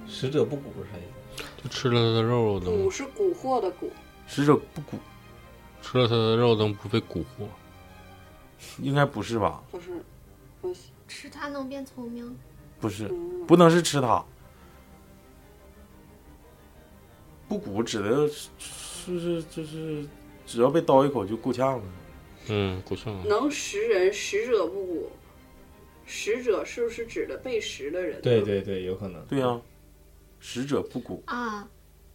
E: 食者不骨是啥意思？
G: 就吃了它的肉能
D: 蛊是蛊惑的蛊，
C: 食者不顾，
G: 吃了它的肉能不被蛊惑？
C: 应该不是吧？
D: 不是，嗯我
H: 吃它能变聪明？
C: 不是，
D: 嗯，
C: 不能是吃它。不顾指的是是就是，只要被刀一口就够呛了。
G: 嗯，蛊像
D: 能食人，食者不蛊。食者是不是指的被食的人呢？
E: 对对对，有可能。
C: 对呀、食者不顾，
H: 啊，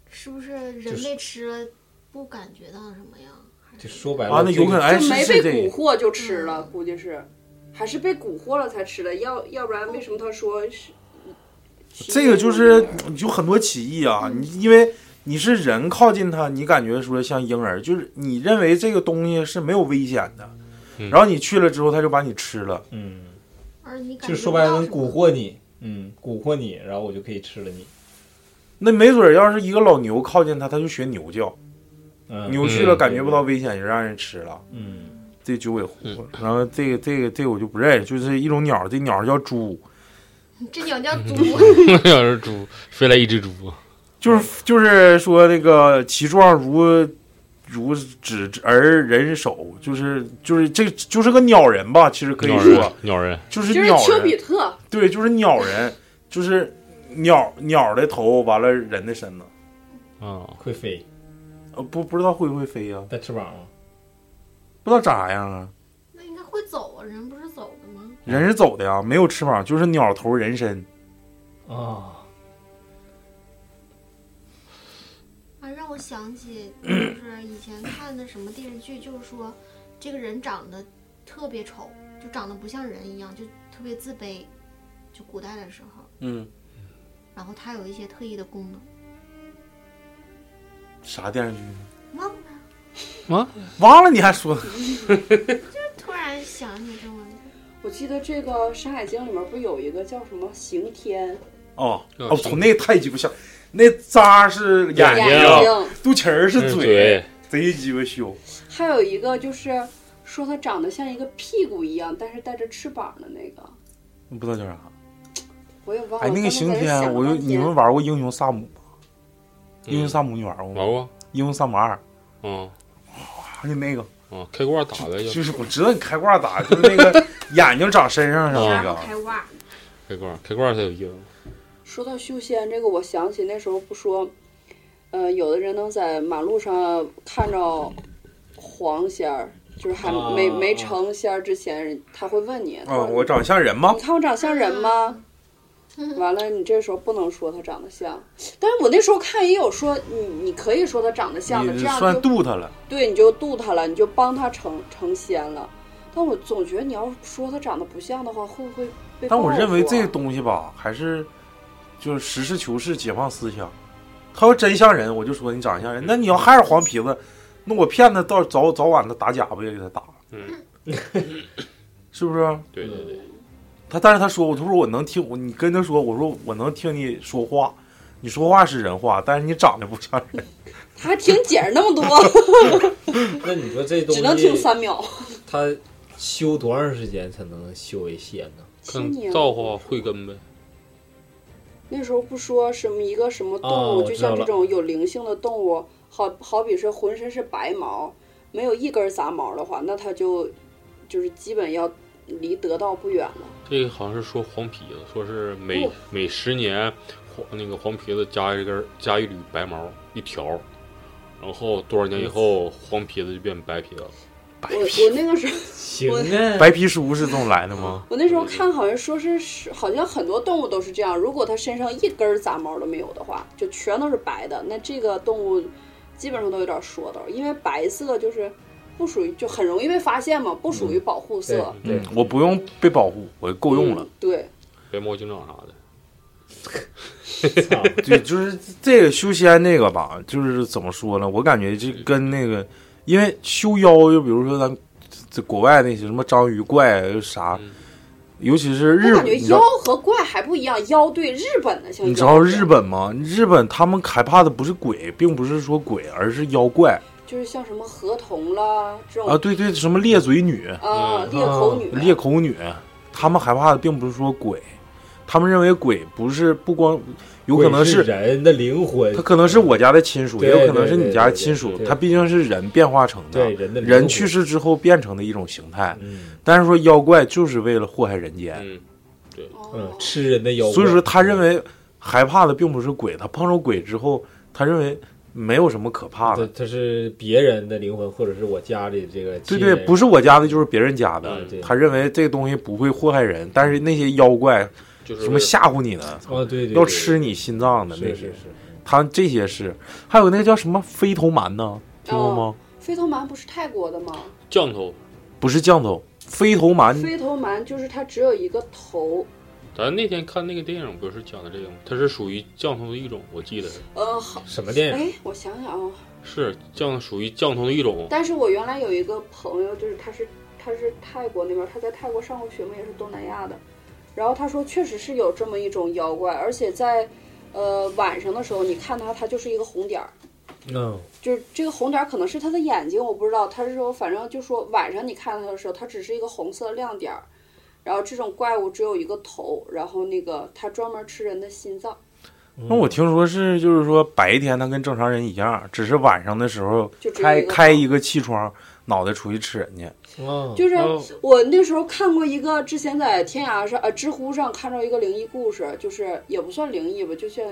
H: 是不是
E: 就
H: 人
E: 是
H: 被吃了不感觉到什么呀？还
E: 就是说白了
C: 啊，那有可能哎
D: 就是没
C: 是
D: 被蛊
C: 这个，
D: 惑就吃了，估计是，还是被蛊惑了才吃的，要要不然为什么他说是？
C: 这个就是有很多歧义啊。
D: 嗯
C: 你因为你是人靠近它，你感觉说像婴儿，就是你认为这个东西是没有危险的，
G: 嗯
C: 然后你去了之后，它就把你吃了。
E: 嗯，
H: 而你感
E: 就
H: 觉
E: 说白了
H: 不
E: 能
H: 到什
E: 蛊
H: 么
E: 惑你，嗯，蛊惑你，然后我就可以吃了你。
C: 那没准儿要是一个老牛靠近它，它就学牛叫，
E: 嗯，
C: 牛去了
G: 嗯
C: 感觉不到危险就让人吃了。
E: 嗯，
C: 这九尾狐
G: 嗯，
C: 然后这个这个这个我就不认识，就是一种鸟，这鸟叫猪，
H: 这 鸟叫猪，
G: 那 要是猪飞来一只猪，
C: 就是
G: 嗯
C: 就是说那个其状如如指而人手，就是就是这就是个鸟人吧，其实可以
G: 鸟人
C: 说
G: 鸟人，
C: 就
D: 就是是
C: 鸟
D: 丘比
C: 人，
D: 特，
C: 对，就是鸟人，就是鸟鸟的头，完了人的身子，
G: 啊，
E: 会飞，
C: 呃，不不知道会不会飞呀、
E: 带翅膀吗？
C: 不知道长啥样啊。
H: 那应该会走啊，人不是走的吗？
C: 人是走的呀，没有翅膀，就是鸟头人身。
E: 啊，
H: 啊，让我想起就是以前看的什么电视剧，就是说这个人长得特别丑，就长得不像人一样，就特别自卑，就古代的时候，
C: 嗯，
H: 然后他有一些特异的功能，
C: 啥电视剧？
H: 忘了，
C: 忘了你还说
H: 突然想起这么
D: 我记得这个《山海经》里面不有一个叫什么刑天
C: 哦
G: 嗯
C: 哦，从那太鸡巴像，那渣是眼
G: 眼
C: 睛，
D: 睛，
C: 肚脐儿是
G: 嗯
C: 嘴，
G: 嘴，
C: 贼鸡巴凶。
D: 还有一个就是说他长得像一个屁股一样，但是带着翅膀的那个，
C: 不知道叫啥。
D: 我也忘了。
C: 哎，那个刑
D: 刑
C: 天，我就你们玩过英雄萨姆吗？英雄萨姆你玩过吗？
G: 玩过，
C: 英雄萨姆二，
G: 嗯
C: 啊就那个，
G: 嗯，开挂打的就
C: 就是我知道你开挂打，就是那 个眼睛长身上上那
H: 然
C: 个
H: 后，开挂，
G: 开挂，开挂才有意思。
D: 说到修仙这个，我想起那时候不说，呃，有的人能在马路上看着黄仙儿，就是还
E: 啊
D: 没、没成仙儿之前，他会问你，他
C: 啊，
D: 说
C: 我长像人吗
D: 你？看我长像人吗？完了，你这时候不能说他长得像，但是我那时候看也有说你你可以说他长得像的，
C: 你
D: 这样
C: 算
D: 就
C: 度他了，
D: 对你就渡他了，你就帮他成成仙了。但我总觉得你要说他长得不像的话，会不会被？啊
C: 但我认为这个东西吧，还是就是实事求是，解放思想。他要真像人，我就说你长得像人。那你要还是黄皮子，那我骗他到早早晚他打假不也给他打了？
G: 嗯，
C: 是不是？
G: 对对对，
C: 他但是他说我，他说我能听我，你跟他说，我说我能听你说话，你说话是人话，但是你长得不像人。
D: 他还听姐儿那么多，
E: 那你说这东西
D: 只能听三秒。
E: 它修多长时间才能修为仙呢？
D: 七
G: 看
D: 年
G: 造化慧根呗。
D: 那时候不说什么一个什么动
E: 哦
D: 物，
E: 我
D: 就
E: 知道
D: 像这
E: 了
D: 种有灵性的动物，好好比是浑身是白毛，没有一根杂毛的话，那它就就是基本要离得道不远了。
G: 这个好像是说黄皮子，说是每、
D: 哦
G: 每十年黄那个黄皮子加一根儿加一缕白毛一条儿，然后多少年以
C: 嗯
G: 后黄皮子就变白皮子了。
D: 我我那个时候，
E: 行
D: 我
E: 啊，
C: 白皮书是这么来的吗？
D: 我那时候看好像说是是，好像很多动物都是这样，如果它身上一根杂毛都没有的话，就全都是白的，那这个动物基本上都有点说头，因为白色就是不属于，就很容易被发现嘛，不属于保护色。
E: 对
C: 嗯，我不用被保护，我就够用了
D: 嗯。对，
G: 白猫警长啥的，
E: 操
C: 对，就是这个修仙那个吧，就是怎么说呢？我感觉这跟那个，因为修妖，就比如说咱这国外那些什么章鱼怪啊啥
G: 嗯，
C: 尤其是
D: 我
C: 日本，
D: 感觉
C: 你知
D: 妖
C: 道
D: 和怪还不一样，妖对日本的像妖
C: 你知道日本吗？日本他们害怕的不是鬼，并不是说鬼，而是妖怪
D: 就是像什么河童啦这种
C: 啊！对对，什么裂嘴女、
D: 啊
G: 嗯
D: 裂口女，啊
C: 裂口女，他们害怕的并不是说鬼，他们认为鬼不是不光有可能
E: 鬼是人的灵魂
C: 他，可能是我家的亲属，也
E: 对
C: 有可能是你家的亲
E: 对
C: 属
E: 对对，对
C: 他毕竟是人变化成的
E: 对，人的灵魂
C: 人去世之后变成的一种形态。
E: 嗯
C: 但是说妖怪就是为了祸害人间，
G: 嗯，
D: 哦
E: 嗯，吃人的妖怪，
C: 所以说他认为害怕的并不是鬼，他碰着鬼之后，他认为没有什么可怕
E: 它
C: 的。
E: 它是别人的灵魂，或者是我家里这个
C: 对
E: 亲
C: 对，
E: 人
C: 不是我家的就是别人家的
G: 嗯
E: 对，嗯
C: 他认为这个东西不会祸害人，但是那些妖怪
G: 就是
C: 什么吓唬你的，
E: 啊，对对，
C: 要
E: 对
C: 吃你心脏的那
E: 是是
C: 些
E: 是，，
C: 他这些是，还有那个叫什么飞头蛮呢，听过吗？
D: 飞头蛮不是泰国的吗？
G: 降头，
C: 不是降头，飞头蛮
D: 飞头蛮就是它只有一个头，
G: 咱那天看那个电影不是讲的这个吗？它是属于降头的一种，我记得是
D: 呃，好，
E: 什么电影？
D: 哎，我想想啊，
G: 是降属于降头的一种。
D: 但是我原来有一个朋友，就是他是他是泰国那边，他在泰国上过学嘛，也是东南亚的。然后他说，确实是有这么一种妖怪，而且在呃晚上的时候，你看它，它就是一个红点儿。
E: 嗯，
D: 就是这个红点儿可能是他的眼睛，我不知道。他是说，反正就说晚上你看他的时候，它只是一个红色的亮点儿。然后这种怪物只有一个头，然后那个它专门吃人的心脏，
C: 那我听说是，就是说白天它跟正常人一样，只是晚上的时候
D: 就只有
C: 开
D: 一个嗯
C: 开
D: 头
C: 一个气窗，脑袋出去吃人去。
E: 啊，
D: 就是
G: 哦
D: 我那时候看过一个，之前在天涯上呃知乎上看到一个灵异故事，就是也不算灵异吧，就像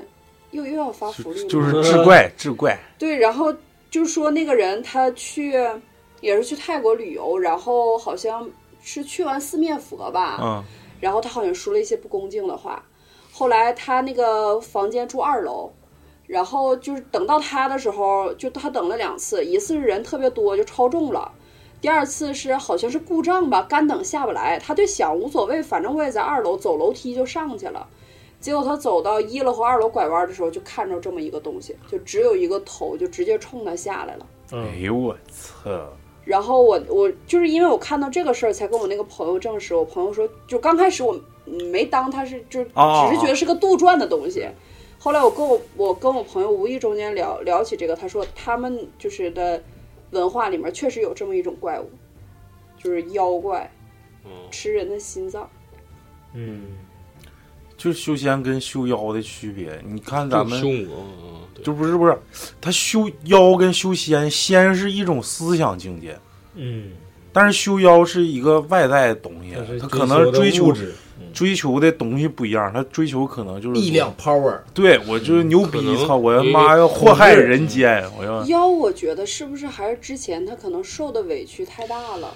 D: 又又要发福利了，
C: 就是志怪，志怪，
D: 对，然后就说那个人他去也是去泰国旅游，然后好像是去完四面佛吧，
C: 嗯，
D: 然后他好像说了一些不恭敬的话。后来他那个房间住二楼，然后就是等到他的时候，就他等了两次，一次是人特别多就超重了，第二次是好像是故障吧，干等下不来。他就想无所谓，反正我也在二楼，走楼梯就上去了。结果他走到一楼和二楼拐弯的时候，就看着这么一个东西，就只有一个头，就直接冲他下来了。
C: 哎呦我操！
D: 然后我我就是因为我看到这个事儿，才跟我那个朋友证实。我朋友说，就刚开始我嗯没当它是，就是
C: 哦
D: 只是觉得是个杜撰的东西。后来我跟我我跟我朋友无意中间聊聊起这个，他说他们就是的文化里面确实有这么一种怪物，就是妖怪
G: 嗯，
D: 吃人的心脏。
E: 嗯，
C: 就是修仙跟修妖的区别，你看咱
G: 就
C: 们
G: 凶我，嗯，嗯对
C: 就不是不是，他修妖跟修仙，仙是一种思想境界，
E: 嗯，
C: 但是修妖是一个外在的东西
E: 它是，
C: 他
E: 追
C: 可
E: 求
C: 能
E: 的
C: 追
E: 物
C: 求
E: 质
C: 追求的东西不一样，他追求可能就是
E: 力量 power，
C: 对，我就是牛
G: 可能
C: 逼，操！我他
G: 因
C: 妈
G: 为嗯
C: 要祸害人间，我要
D: 妖，我觉得是不是还是之前他可能受的委屈太大了，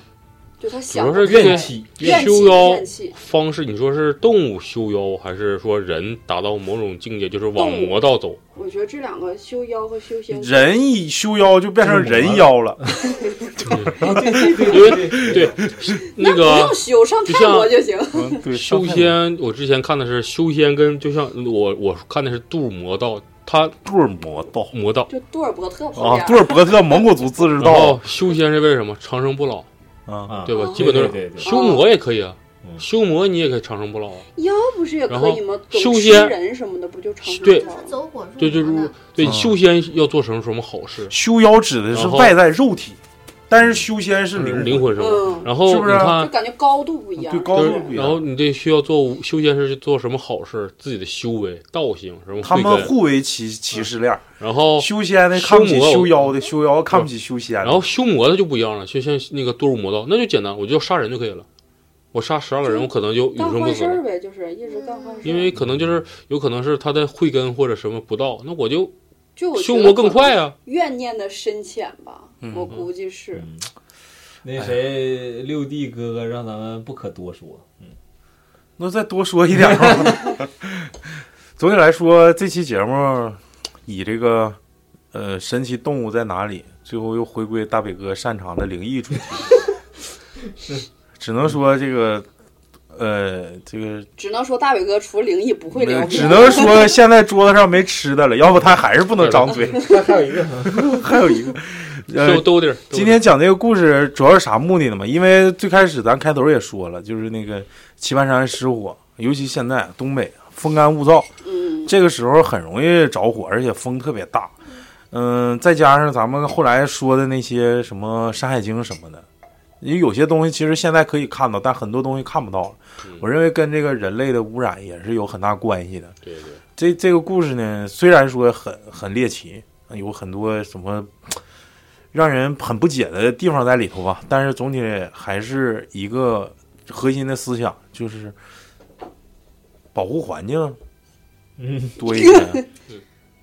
D: 就他
G: 主
D: 想
G: 要是这
E: 怨
G: 个
E: 气，
D: 怨气
G: 修妖
D: 怨气
G: 方式，你说是动物修妖，还是说人达到某种境界，就是往
D: 动物
G: 魔道走？
D: 我觉得这两个修妖和修仙
C: 人一修妖就变成人妖了，
G: 因为对那
D: 不
G: 个
D: 用修，上
G: 就
D: 泰国
G: 像
D: 就行。
C: 嗯对，
G: 修仙，我之前看的是修仙跟就像我我看的是杜魔道，他
C: 杜尔魔道
G: 魔道，
D: 就杜尔伯特
C: 啊，
D: 旁边。
C: 杜尔伯特蒙古族自治
G: 然后
C: 道
G: 修仙是为什么长生不老，
C: 啊，
E: 啊，
G: 对吧？
D: 啊
G: 基本都
E: 对对
G: 是
E: 对对
G: 修魔也可以啊，
E: 嗯
G: 修魔你也可以长生不老。啊
D: 妖不是也可
G: 然后
D: 以吗？懂
G: 修
D: 吃
G: 仙
D: 人什么的不就长生
G: 对
D: 不老
H: 是
D: 吗？
H: 走火
G: 对，就
H: 入魔
G: 如
H: 的，
G: 对
C: 啊
G: 修仙要做成什么好事，
C: 修妖指的是
G: 然后
C: 外在肉体，但是修仙是灵
G: 灵
C: 魂，
G: 魂生活。
D: 嗯，
G: 然后
C: 是不是
G: 你
D: 就
G: 看，
D: 感觉高度不一样。
C: 对高
G: 就
C: 度
G: 是
C: 不一
G: 然后
C: 样。
G: 你得需要做修仙是做什么好事，自己的修为、道行什么
C: 他
G: 慧
C: 们
G: 根，
C: 互为歧歧视链儿，
G: 然后
C: 修仙的看不起
G: 修魔
C: 修妖的，修妖看不起修仙的。
G: 然后修魔的就不一样了，就像那个堕入魔道，那就简单，我就杀人就可以了。我杀十二个人，我可能就
D: 干
G: 永生不
D: 坏
G: 死
D: 事
G: 了
D: 儿。呗，就是一直干坏事儿。
G: 因为可能就是有可能是他的慧根或者什么不到，那我就
D: 就我觉
G: 修
D: 得
G: 魔更快啊。
D: 怨念的深浅吧，
C: 嗯
D: 我估计是。
E: 那谁六弟哥哥让咱们不可多说，
C: 那再多说一点儿吧。总体来说，这期节目以这个呃神奇动物在哪里，最后又回归大北哥擅长的灵异 主题。只能说这个呃这个
D: 只能说大伟哥除了灵异不会聊别的，
C: 只能说现在桌子上没吃的了，要不他还是不能张 嘴。
E: 还有一个
C: 还有一个，呃
G: 修，兜底儿。兜底儿
C: 今天讲这个故事主要是啥目的呢嘛？因为最开始咱开头也说了，就是那个棋盘山失火，尤其现在东北风干物燥，
D: 嗯，
C: 这个时候很容易着火，而且风特别大。嗯，再加上咱们后来说的那些什么《山海经》什么的，因为有些东西其实现在可以看到，但很多东西看不到了
G: 嗯。
C: 我认为跟这个人类的污染也是有很大关系的。
G: 对对，
C: 这这个故事呢，虽然说很很猎奇，有很多什么让人很不解的地方在里头吧，但是总体还是一个核心的思想，就是保护环境
E: 嗯，
C: 多一些。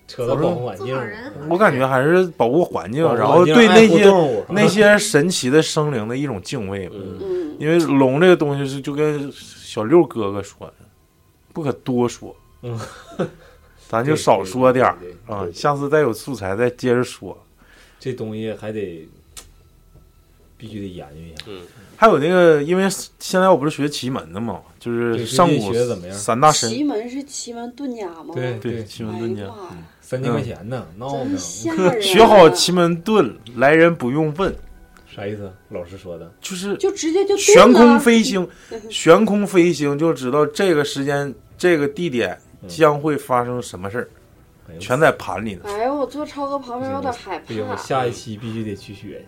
E: 扯到保护环
H: 做
E: 境
H: 好
E: 了，
H: 人
C: 我感觉还是保护环境，然后
E: 保护环境
C: 对那
E: 爱护
C: 些
E: 动物
C: 那些神奇的生灵的一种敬畏吧。
G: 嗯，
D: 嗯，
C: 因为龙这个东西是就跟小六哥哥说的，不可多说，
E: 嗯，
C: 咱就少说点儿
E: 对对对
C: 啊
E: 对，对
C: 下次再有素材再接着说。
E: 这东西还得必须得研究一下。
C: 还有那个，因为现在我不是学奇门的嘛，就是
E: 对
C: 上
E: 最近
C: 古
E: 学得怎么样
C: 三大
D: 奇
C: 神，
D: 门是奇门遁甲吗？
E: 对
C: 对奇门遁
D: 哎
C: 甲，
D: 呀妈呀
E: 三千
C: 嗯
E: 块钱呢，闹
D: 真
E: 呢，
D: 吓人啊！
C: 学好奇门遁，来人不用问，
E: 啥意思？老师说的，
C: 就是
D: 就直接就遁
C: 悬空
D: 了嗯
C: 飞行，悬空飞行就知道这个时间、这个地点
E: 嗯
C: 将会发生什么事儿，
E: 哎呦
C: 全在盘里呢。
D: 哎呦，我坐超哥旁边有点害
E: 不行，我
D: 怕。
E: 下一期必须得去学去。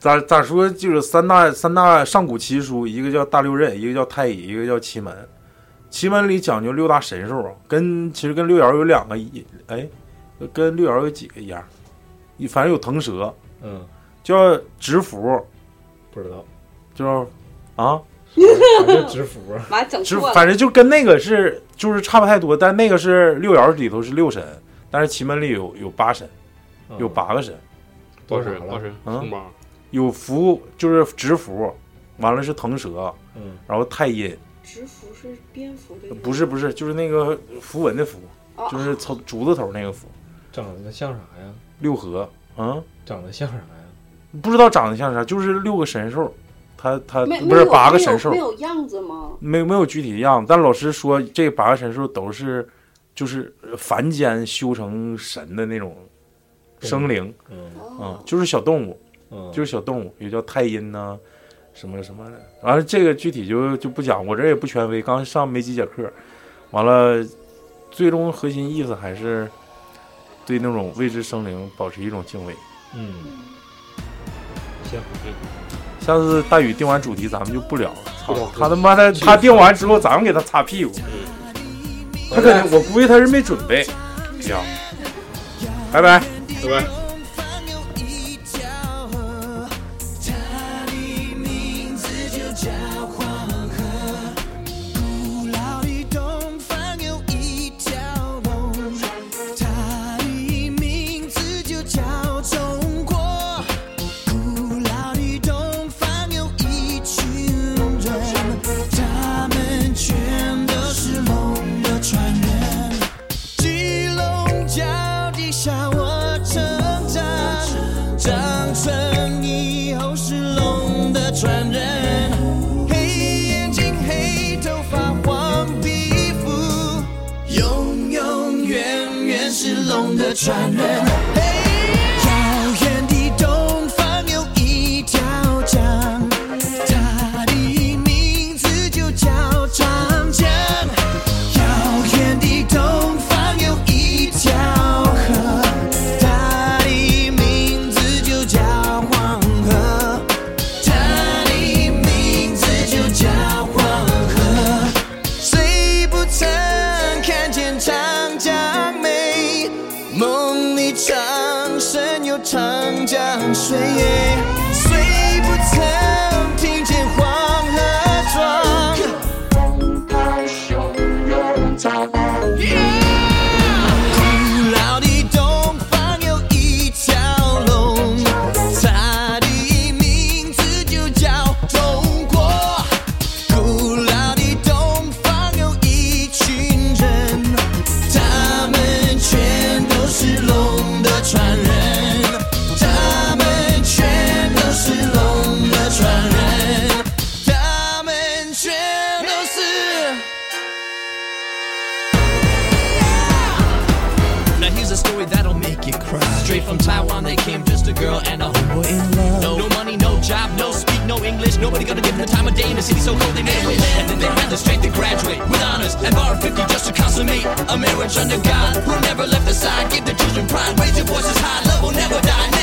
C: 咋咋说？就是三大三大上古奇书，一个叫大六壬，一个叫太乙，一个叫奇门。奇门里讲究六大神兽，啊跟其实跟六爻有两个一，哎，跟六爻有几个一样？反正有腾蛇，
E: 嗯，
C: 叫直符，
E: 不知道，
C: 叫啊
E: 反正制服。啊
D: 妈整
C: 直，
D: 错了，
C: 反正就跟那个是就是差不太多，但那个是六爻里头是六神，但是奇门里有有八神，
E: 嗯
C: 有八个神，
G: 八
E: 多少
G: 神八
E: 了？
G: 神
C: 嗯
G: 红八，
C: 有符就是直符，完了是腾蛇，
E: 嗯，
C: 然后太阴。
D: 直服是蝙蝠的，
C: 不是不是，就是那个符文的符，
D: 啊，
C: 就是头竹字头那个符，
E: 长得像啥呀？
C: 六合，嗯，
E: 长得像啥呀？
C: 不知道长得像啥，就是六个神兽，它它
D: 没
C: 呃不
D: 没
C: 是
D: 有
C: 八个
D: 没有
C: 神兽
D: 没，有样子吗？
C: 没没有具体的样子，但老师说这八个神兽都是就是凡间修成神的那种生灵
E: 嗯
C: 啊、嗯
D: 哦，
C: 就是小动物，
E: 嗯，
C: 就是小动物，也叫太阴呐、什么什么的。完了，这个具体就就不讲，我这也不权威，刚上没几节课。完了，最终核心意思还是对那种未知生灵保持一种敬畏。
E: 嗯，
C: 下次大宇定完主题，咱们就不聊了。操
G: 不聊，
C: 他他妈的，他定完之后，咱们给他擦屁股。
G: 嗯
C: 他肯定，我估计他是没准备。行，拜拜。
G: 拜拜。
I: 他的名字
G: 长江水，虽不曾听见黄河壮。古老的东方有一条龙，它的名字就叫中国。古老的东方有一群人，他们全都是龙的传人，他们全都是龙的传人，他们全都是。Now here's a story that'll make you cry. Straight from Taiwan, they came just a girl and a homeboy in love. No money, no job, no speak, no English. Nobody gonna give them the time of day in a city so cold they made a wish. And then they had the strength to graduate with honors and borrow 50 just to consummate a marriage under God who never left the side. Give the children pride, raise your voices high, love will never die.